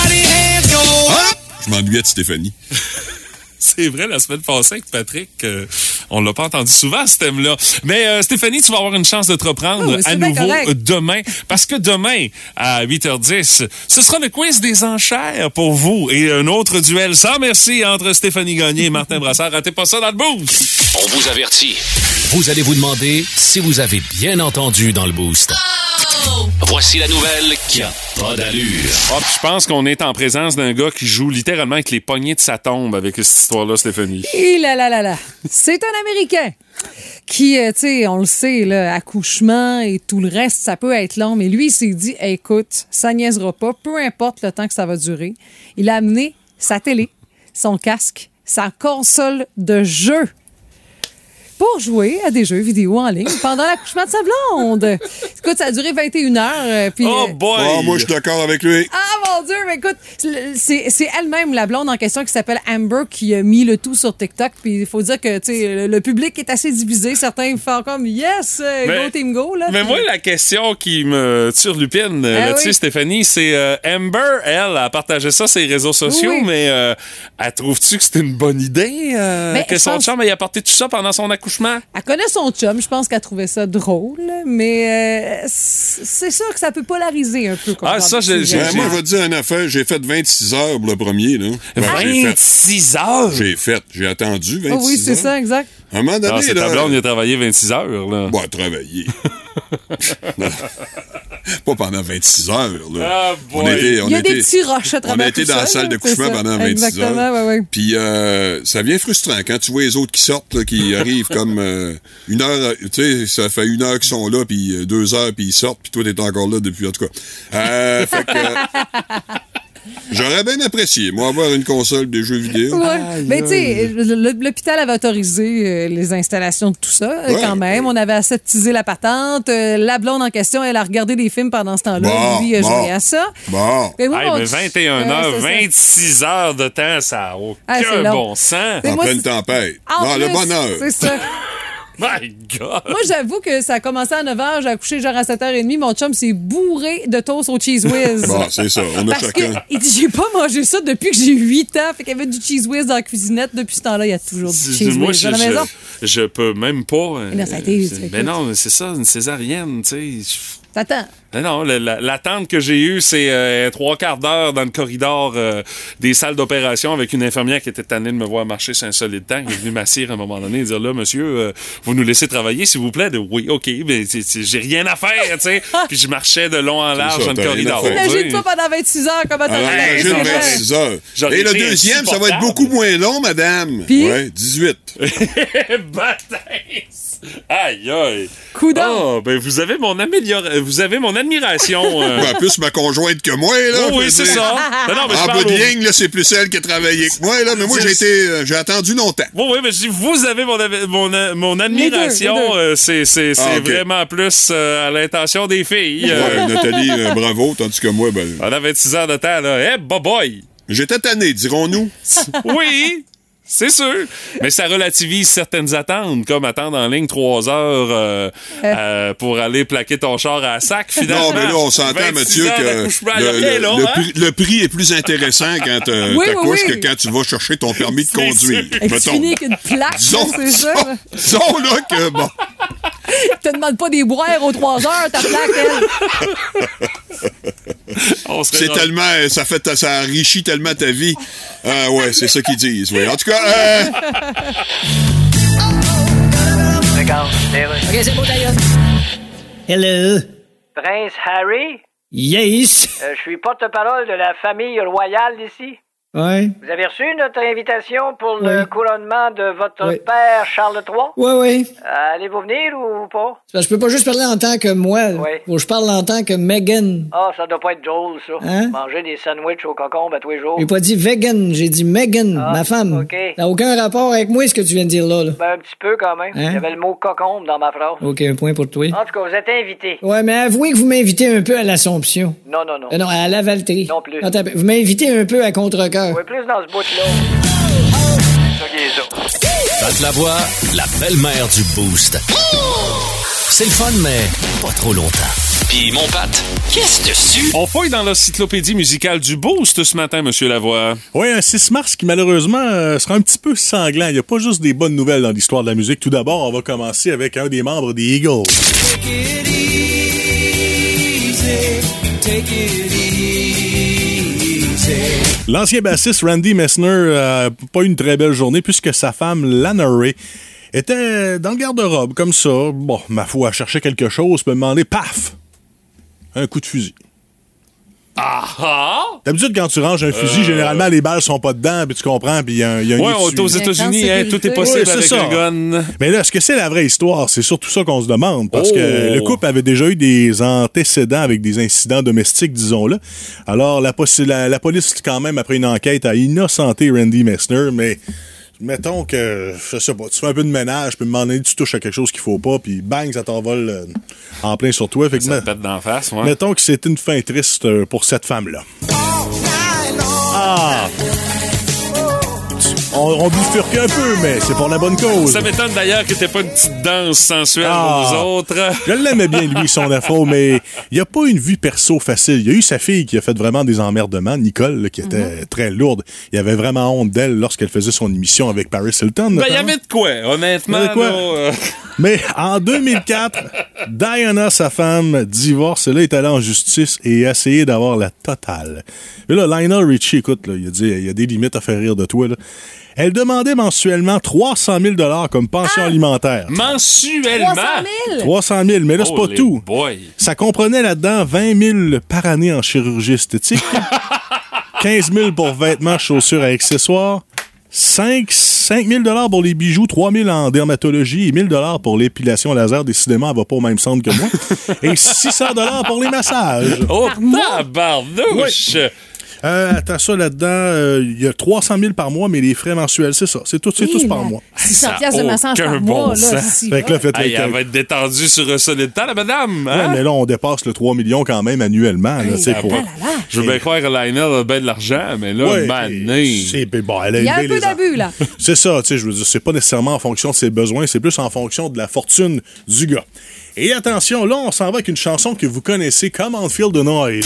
Speaker 10: Hop! Je m'ennuyais de Stéphanie.
Speaker 1: C'est vrai, la semaine passée avec Patrick, euh, on l'a pas entendu souvent, ce thème-là. Mais euh, Stéphanie, tu vas avoir une chance de te reprendre
Speaker 2: Ah oui, c'est
Speaker 1: à
Speaker 2: bien
Speaker 1: nouveau
Speaker 2: correct.
Speaker 1: euh, demain. Parce que demain, à 8h10, ce sera le quiz des enchères pour vous. Et un autre duel sans merci entre Stéphanie Gagné et Martin Brassard. Ratez pas ça dans le boost!
Speaker 6: On vous avertit. Vous allez vous demander si vous avez bien entendu dans le boost. Oh! Voici la nouvelle qui a pas d'allure.
Speaker 1: Ah, puis je pense qu'on est en présence d'un gars qui joue littéralement avec les poignées de sa tombe avec cette histoire-là, Stéphanie.
Speaker 2: Il là là là là. C'est un Américain qui, euh, tu sais, on le sait, là, accouchement et tout le reste, ça peut être long, mais lui, il s'est dit, Hey, écoute, ça niaisera pas, peu importe le temps que ça va durer. Il a amené sa télé, son casque, sa console de jeu pour jouer à des jeux vidéo en ligne pendant l'accouchement de sa blonde. Écoute, ça a duré 21 heures. euh, puis,
Speaker 1: Oh
Speaker 2: euh,
Speaker 10: Ah, moi, je suis d'accord avec lui.
Speaker 2: ah mon Dieu, mais écoute, c'est c'est elle-même la blonde en question qui s'appelle Amber qui a mis le tout sur TikTok. Puis il faut dire que tu sais, le- le public est assez divisé. Certains font comme yes, euh,
Speaker 1: Mais-
Speaker 2: go team go là.
Speaker 1: Mais
Speaker 2: Puis-
Speaker 1: moi, la question qui me surlupine euh,
Speaker 2: Ah
Speaker 1: là-dessus,
Speaker 2: oui.
Speaker 1: Stéphanie, c'est euh, Amber, elle, a partagé ça sur les réseaux sociaux,
Speaker 2: Oui.
Speaker 1: mais euh, elle trouve-tu que c'est une bonne idée euh,
Speaker 2: Ben,
Speaker 1: que
Speaker 2: je
Speaker 1: son
Speaker 2: pense-
Speaker 1: chum ait apporté tout ça pendant son accouchement?
Speaker 2: Elle connaît son chum, je pense qu'elle trouvait ça drôle, mais euh, c- c'est sûr que ça peut polariser un peu. comme
Speaker 1: Ah,
Speaker 2: genre de sujet.
Speaker 10: Ben, Moi, je vais te dire une affaire. J'ai fait 26 heures pour le premier. Là. Ben, j'ai fait-
Speaker 1: 26 heures?
Speaker 10: J'ai fait. J'ai attendu 26
Speaker 2: Ah oui, c'est
Speaker 10: heures.
Speaker 2: ça, exact.
Speaker 10: À un moment donné,
Speaker 1: Non, Ah, c'est
Speaker 10: là,
Speaker 1: ta blonde, il a travaillé 26 heures. Là.
Speaker 10: Bon, travailler. Non. Pas pendant 26 heures. Là.
Speaker 1: Ah, boy.
Speaker 10: était-
Speaker 2: Il y a des
Speaker 10: était-
Speaker 2: petits roches à
Speaker 10: On
Speaker 2: travers
Speaker 10: a été
Speaker 2: tout
Speaker 10: dans
Speaker 2: ça,
Speaker 10: la salle
Speaker 2: là,
Speaker 10: de
Speaker 2: c'est
Speaker 10: couchement
Speaker 2: ça.
Speaker 10: pendant 26
Speaker 2: Exactement,
Speaker 10: heures.
Speaker 2: ouais, ouais.
Speaker 10: Puis euh, ça vient frustrant quand tu vois les autres qui sortent, là, qui arrivent comme euh, une heure, tu sais, ça fait une heure qu'ils sont là, puis euh, deux heures, puis ils sortent, puis toi, t'es encore là depuis, en tout cas. Euh, fait que, euh, j'aurais bien apprécié, moi, avoir une console des jeux vidéo.
Speaker 2: Ouais. Mais tu sais, le- l'hôpital avait autorisé euh, les installations de tout ça, euh,
Speaker 10: Ouais.
Speaker 2: quand même. On avait aseptisé la patente. Euh, la blonde en question, elle a regardé des films pendant ce temps-là.
Speaker 1: Bon,
Speaker 2: Lui, il a
Speaker 1: bon.
Speaker 2: joué à ça.
Speaker 10: Bon.
Speaker 2: Mais moi,
Speaker 1: Hey,
Speaker 2: mon
Speaker 1: mais
Speaker 2: Dieu.
Speaker 1: 21
Speaker 2: Ouais,
Speaker 1: heures,
Speaker 2: c'est ça.
Speaker 1: 26 heures de temps, ça n'a aucun
Speaker 2: Ah, c'est long.
Speaker 1: bon sens.
Speaker 2: Mais En moi, pleine c'est-
Speaker 10: tempête.
Speaker 2: En plus, C'est ça.
Speaker 1: My God!
Speaker 2: Moi, j'avoue que ça a commencé à 9 h, j'ai accouché genre à 7h30. Mon chum s'est bourré de toast au Cheese Whiz.
Speaker 10: Bon, c'est ça, on a
Speaker 2: Parce que,
Speaker 10: chacun.
Speaker 2: il dit, j'ai pas mangé ça depuis que j'ai 8 ans. Fait qu'il y avait du Cheese Whiz dans la cuisinette. Depuis ce temps-là, il y a toujours du Cheese
Speaker 1: Moi,
Speaker 2: Whiz
Speaker 1: je,
Speaker 2: à la
Speaker 1: je-
Speaker 2: maison.
Speaker 1: je peux même pas. euh,
Speaker 2: non, ça a été-
Speaker 1: euh,
Speaker 2: ça a été-
Speaker 1: mais non, mais c'est ça, une césarienne, tu sais.
Speaker 2: T'attends.
Speaker 1: Mais non, le- la- l'attente que j'ai eue, c'est euh, trois quarts d'heure dans le corridor euh, des salles d'opération avec une infirmière qui était tannée de me voir marcher sur un solide temps. Elle est venue m'assire à un moment donné et dire là, monsieur, euh, vous nous laissez travailler, s'il vous plaît. De, oui, ok, mais c'est- c'est- j'ai rien à faire, tu sais. Puis je marchais de long en large
Speaker 10: ça,
Speaker 1: dans le
Speaker 10: t'as rien à
Speaker 1: corridor.
Speaker 10: faire.
Speaker 1: tu sais.
Speaker 2: Imagine-toi pendant 26 heures comment t'as
Speaker 10: Alors,
Speaker 2: fait.
Speaker 10: imagine
Speaker 2: C'est vrai.
Speaker 10: 26 heures.
Speaker 1: J'aurais
Speaker 10: Et le
Speaker 1: été
Speaker 10: deuxième, ça va être
Speaker 1: insupportable.
Speaker 10: beaucoup moins long, madame.
Speaker 1: Puis?
Speaker 10: Ouais, 18.
Speaker 1: Baptiste! Aïe, aïe!
Speaker 2: Coup
Speaker 1: Oh, ben vous avez mon améliora- vous avez mon admiration. euh.
Speaker 10: Ouais, plus ma conjointe que moi, là.
Speaker 1: Oh
Speaker 10: je
Speaker 1: oui,
Speaker 10: veux
Speaker 1: c'est
Speaker 10: dire.
Speaker 1: ça. Non, non, Ah, mais je
Speaker 10: en
Speaker 1: parle
Speaker 10: bout de
Speaker 1: au-
Speaker 10: ligne, Ah, là, c'est plus celle qui a travaillé que moi, là. Mais moi,
Speaker 1: C'est-
Speaker 10: j'ai été, euh, j'ai attendu longtemps.
Speaker 1: Bon, oui, mais je dis, vous avez mon, av- mon, a- mon admiration.
Speaker 10: les deux.
Speaker 1: euh, c'est c'est-
Speaker 10: Ah,
Speaker 1: c'est
Speaker 10: ok.
Speaker 1: vraiment plus euh, à l'intention des filles. euh.
Speaker 10: Ouais, Nathalie, euh, bravo, tandis que moi, ben.
Speaker 1: On a 26 heures de temps, là. Eh, boy!
Speaker 10: J'étais tanné, dirons-nous.
Speaker 1: oui, c'est sûr. Mais ça relativise certaines attentes, comme attendre en ligne trois heures euh, euh, pour aller plaquer ton char à sac, finalement.
Speaker 10: Non, mais là, on s'entend,
Speaker 1: 26
Speaker 10: Mathieu,
Speaker 1: heures
Speaker 10: que
Speaker 1: d'accouchement, il y a
Speaker 10: le,
Speaker 1: rien,
Speaker 10: le-
Speaker 1: là,
Speaker 10: le
Speaker 1: hein?
Speaker 10: prix, le prix est plus intéressant quand euh,
Speaker 2: Oui, oui,
Speaker 10: t'accouches
Speaker 2: oui.
Speaker 10: que quand tu vas chercher ton permis de conduire.
Speaker 1: Oh,
Speaker 2: Et que tu
Speaker 10: mettons.
Speaker 2: finis avec une plaque,
Speaker 10: Disons-
Speaker 2: c'est ça.
Speaker 10: Disons, là, que, bon.
Speaker 2: te demande pas des boires aux 3 heures, ta plaque, elle.
Speaker 10: C'est tellement, ça fait, ça enrichit tellement ta vie. Ah ouais, c'est ça qu'ils disent. oui. En tout cas, euh,
Speaker 4: D'accord. c'est vrai.
Speaker 5: Hello.
Speaker 4: Prince Harry?
Speaker 5: Yes.
Speaker 4: Euh, je suis porte-parole de la famille royale d'ici.
Speaker 5: Ouais.
Speaker 4: Vous avez reçu notre invitation pour le
Speaker 5: Oui.
Speaker 4: couronnement de votre
Speaker 5: Oui.
Speaker 4: père Charles III?
Speaker 5: Ouais, ouais. C'est
Speaker 4: Euh, Allez-vous venir ou pas?
Speaker 5: parce que je peux pas juste parler en tant que moi. là.
Speaker 4: Ouais.
Speaker 5: Faut que je parle en tant que Megan.
Speaker 4: Ah, ça doit pas être drôle, ça.
Speaker 5: Hein?
Speaker 4: Manger des sandwichs au concombre à tous les jours.
Speaker 5: J'ai pas dit vegan, j'ai dit Megan, ma femme.
Speaker 4: Ah, ok.
Speaker 5: Ça n'a aucun rapport avec moi, ce que tu viens de dire là. là.
Speaker 4: Ben, un petit peu quand même.
Speaker 5: Hein?
Speaker 4: Il y avait le mot cocombe dans ma phrase.
Speaker 5: OK, un point pour toi.
Speaker 4: En tout cas, vous êtes invité.
Speaker 5: Ouais, mais avouez que vous m'invitez un peu à l'Assomption.
Speaker 4: Non, non, non.
Speaker 5: Euh, non, à la Valtrie.
Speaker 4: Non plus.
Speaker 5: Attends, vous m'invitez un peu à contre-cœur.
Speaker 4: Ouais, plus dans ce bout-là. Ça qui est ça.
Speaker 6: Pat Lavoie, la belle-mère du Boost. C'est le fun, mais pas trop longtemps. Puis mon Pat, qu'est-ce dessus?
Speaker 1: On fouille dans l'encyclopédie musicale du Boost ce matin, Monsieur Lavoie.
Speaker 12: Oui, un 6 mars qui malheureusement euh, sera un petit peu sanglant. Il n'y a pas juste des bonnes nouvelles dans l'histoire de la musique. Tout d'abord, on va commencer avec un des membres des Eagles. L'ancien bassiste Randy Messner a pas eu une très belle journée puisque sa femme Lana Ray était dans le garde-robe comme ça. Bon, ma foi, elle cherchait quelque chose, peut me demander, paf, un coup de fusil.
Speaker 1: Ah ah!
Speaker 12: D'habitude, quand tu ranges un fusil, généralement, les balles sont pas dedans, puis tu comprends, puis il y a un. il Y a un
Speaker 1: Euh. Ouais,
Speaker 12: nid
Speaker 1: on est
Speaker 12: dessus.
Speaker 1: aux États-Unis, hein, tout est possible
Speaker 12: Ouais, c'est
Speaker 1: avec
Speaker 12: ça.
Speaker 1: un gun.
Speaker 12: Mais là, est-ce que c'est la vraie histoire? C'est surtout ça qu'on se demande. Parce
Speaker 1: Oh!
Speaker 12: que le couple avait déjà eu des antécédents avec des incidents domestiques, disons-le. Alors, la, possi- la- la police, quand même, après une enquête, a innocenté Randy Messner, mais mettons que, je sais pas, tu fais un peu de ménage, puis à un moment donné, tu touches à quelque chose qu'il faut pas, puis bang, ça t'envole euh, en plein sur toi. Fait que,
Speaker 1: Ça
Speaker 12: me-
Speaker 1: te pète d'en face, ouais.
Speaker 12: mettons que c'est une fin triste euh, pour cette femme-là. Ah! On, on bifurque un peu, mais c'est pour la bonne cause.
Speaker 1: Ça m'étonne d'ailleurs que t'aies pas une petite danse sensuelle pour nous autres.
Speaker 12: Je l'aimais bien, lui, son afro, mais il n'y a pas une vie perso facile. Il y a eu sa fille qui a fait vraiment des emmerdements, Nicole, là, qui était très lourde. Il avait vraiment honte d'elle lorsqu'elle faisait son émission avec Paris Hilton.
Speaker 1: Ben, y
Speaker 12: notamment.
Speaker 1: avait de quoi, honnêtement.
Speaker 12: Y avait de quoi?
Speaker 1: là, euh,
Speaker 12: Mais en 2004, Diana, sa femme, divorce. Là, est allée en justice et a essayé d'avoir la totale. Et là, Lionel Richie, écoute, là, il a dit, il y a des limites à faire rire de toi. là. Elle demandait mensuellement 300 000 comme pension alimentaire.
Speaker 1: Mensuellement. Oh,
Speaker 2: 300 000?
Speaker 12: 300 000, mais là, c'est pas
Speaker 1: Holy
Speaker 12: tout.
Speaker 1: boy.
Speaker 12: Ça comprenait là-dedans 20 000 par année en chirurgie esthétique, 15 000 pour vêtements, chaussures et accessoires, 5, 5 000 pour les bijoux, 3 000 en dermatologie et 1 000 pour l'épilation laser. Décidément, elle va pas au même centre que moi. et 600 pour les massages.
Speaker 1: Oh, tabarnouche!
Speaker 12: Euh, attends ça là-dedans, euh, il y a 300 000 par mois, mais les frais mensuels, c'est ça. C'est tout, c'est
Speaker 2: Hey,
Speaker 12: tous
Speaker 2: la-
Speaker 12: par mois.
Speaker 2: 600 piastres de
Speaker 1: aucun
Speaker 2: massage par
Speaker 1: bon
Speaker 2: mois, là,
Speaker 1: sens.
Speaker 2: si.
Speaker 12: Fait que là, faites le
Speaker 1: Hey, elle
Speaker 12: calcul.
Speaker 1: va être détendue sur un solide temps, la madame.
Speaker 12: Ouais,
Speaker 1: hein? Ah,
Speaker 12: mais là, on dépasse le 3 millions quand même annuellement. Là, tu sais, pour-
Speaker 1: Je veux bien croire que Lionel a bien de l'argent, mais là,
Speaker 12: Ouais,
Speaker 1: mané.
Speaker 12: c'est- ben, bon, elle a
Speaker 2: Il y a un
Speaker 12: élevé
Speaker 2: peu
Speaker 12: les en-
Speaker 2: d'abus, là.
Speaker 12: C'est ça, tu sais, je veux dire, c'est pas nécessairement en fonction de ses besoins, c'est plus en fonction de la fortune du gars. Et attention, là, on s'en va avec une chanson que vous connaissez, Command Field de Noise.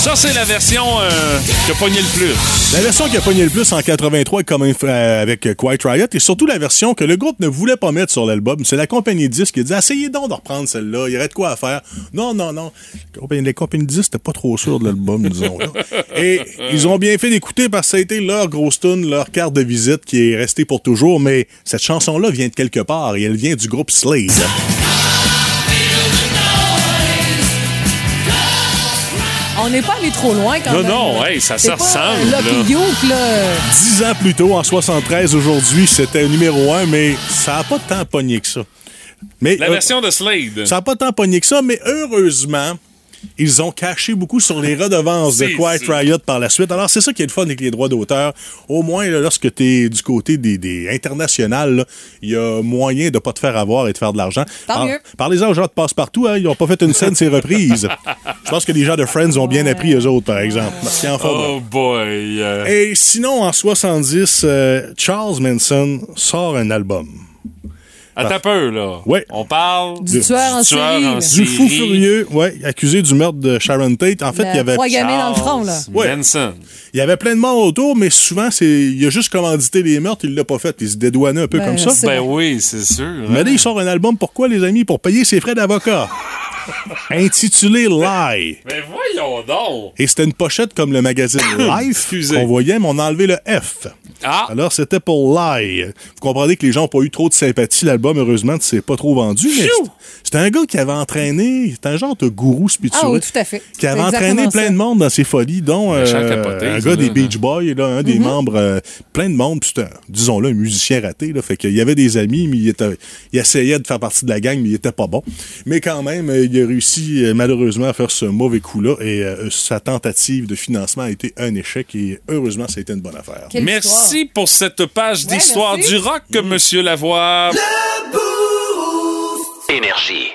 Speaker 1: Ça, c'est la version euh, qui a pogné le plus.
Speaker 12: La version qui a pogné le plus en 83 comme inf- euh, avec euh, Quiet Riot et surtout la version que le groupe ne voulait pas mettre sur l'album. C'est la compagnie de disques qui a dit Essayez donc de reprendre celle-là, il y aurait de quoi à faire. Non, non, non. Les compagnies- Les compagnies de disques n'étaient pas trop sûres de l'album, disons. là. Et ils ont bien fait d'écouter parce que ça a été leur grosse tune, leur carte de visite qui est restée pour toujours. Mais cette chanson-là vient de quelque part et elle vient du groupe Slade.
Speaker 2: On n'est pas allé trop loin quand
Speaker 1: Non,
Speaker 2: même.
Speaker 1: non, hey, ça
Speaker 2: C'est
Speaker 1: se
Speaker 2: pas,
Speaker 1: ressemble,
Speaker 2: euh, Lucky
Speaker 1: là.
Speaker 2: Duke, là.
Speaker 12: Dix ans plus tôt, en 73, aujourd'hui, c'était numéro un, mais ça n'a pas tant pogné que ça. Mais,
Speaker 1: La
Speaker 12: euh,
Speaker 1: version de Slade.
Speaker 12: Ça n'a pas tant pogné que ça, mais heureusement, ils ont caché beaucoup sur les redevances de
Speaker 1: C'est
Speaker 12: Quiet
Speaker 1: sûr.
Speaker 12: Riot par la suite. Alors, c'est ça qui est le fun avec les droits d'auteur. Au moins, là, lorsque tu es du côté des, des internationales, là, il y a moyen de pas te faire avoir et de faire de l'argent.
Speaker 2: Tant
Speaker 12: Par-
Speaker 2: mieux.
Speaker 12: Parlez-en aux gens de passe-partout. hein. ils n'ont pas fait une scène, c'est reprise. Je pense que les gens de Friends ont bien appris, eux autres, par exemple. Parce qu'ils en font de-
Speaker 1: Oh boy. euh,
Speaker 12: et sinon, en 70, euh, Charles Manson sort un album.
Speaker 1: Attends un peu, là.
Speaker 12: Ouais.
Speaker 1: On parle
Speaker 2: Du tueur en série, là.
Speaker 1: en
Speaker 2: Du
Speaker 12: Du
Speaker 1: série.
Speaker 12: fou furieux, ouais, accusé du meurtre de Sharon Tate. En fait,
Speaker 2: Le
Speaker 12: il y avait
Speaker 2: Trois gamins dans le front, là.
Speaker 1: Charles
Speaker 12: Ouais.
Speaker 1: Manson.
Speaker 12: il y avait plein de morts autour, mais souvent c'est il a juste commandité les meurtres, il l'a pas fait, il se dédouanait un peu
Speaker 2: Ben,
Speaker 12: comme ça.
Speaker 2: c'est-
Speaker 1: Ben oui, c'est sûr.
Speaker 12: Mais là, il sort un album pourquoi les amis pour payer ses frais d'avocat. intitulé Lie.
Speaker 1: Mais Ben voyons donc.
Speaker 12: Et c'était une pochette comme le magazine Life
Speaker 1: Excusez.
Speaker 12: qu'on voyait, mais on a enlevé le F.
Speaker 1: Ah.
Speaker 12: Alors, c'était pour Lie. Vous comprenez que les gens n'ont pas eu trop de sympathie. L'album, heureusement, ne s'est pas trop vendu. Mais
Speaker 1: Pfiou!
Speaker 12: c'est- c'était un gars qui avait entraîné, c'était un genre de gourou spirituel.
Speaker 2: Ah oui, tout à fait.
Speaker 12: Qui avait
Speaker 2: C'est
Speaker 12: entraîné
Speaker 2: exactement
Speaker 12: plein
Speaker 2: ça.
Speaker 12: de monde dans ses folies, dont
Speaker 1: Le
Speaker 12: euh,
Speaker 1: chant capoté,
Speaker 12: un
Speaker 1: ça,
Speaker 12: gars
Speaker 1: là,
Speaker 12: des
Speaker 1: hein.
Speaker 12: Beach Boys, là, un des
Speaker 2: Mhm.
Speaker 12: membres, euh, plein de monde. Puis c'était, un- disons-le, un musicien raté. Là, fait qu'il y avait des amis, mais il, était, il essayait de faire partie de la gang, mais il était pas bon. Mais quand même, euh, il a réussi euh, malheureusement à faire ce mauvais coup-là. Et euh, sa tentative de financement a été un échec. Et heureusement, ça a été une bonne affaire.
Speaker 2: Quelle histoire. Mm.
Speaker 1: Merci pour cette page d'histoire
Speaker 2: merci.
Speaker 1: du rock, Monsieur Lavoie.
Speaker 6: Énergie.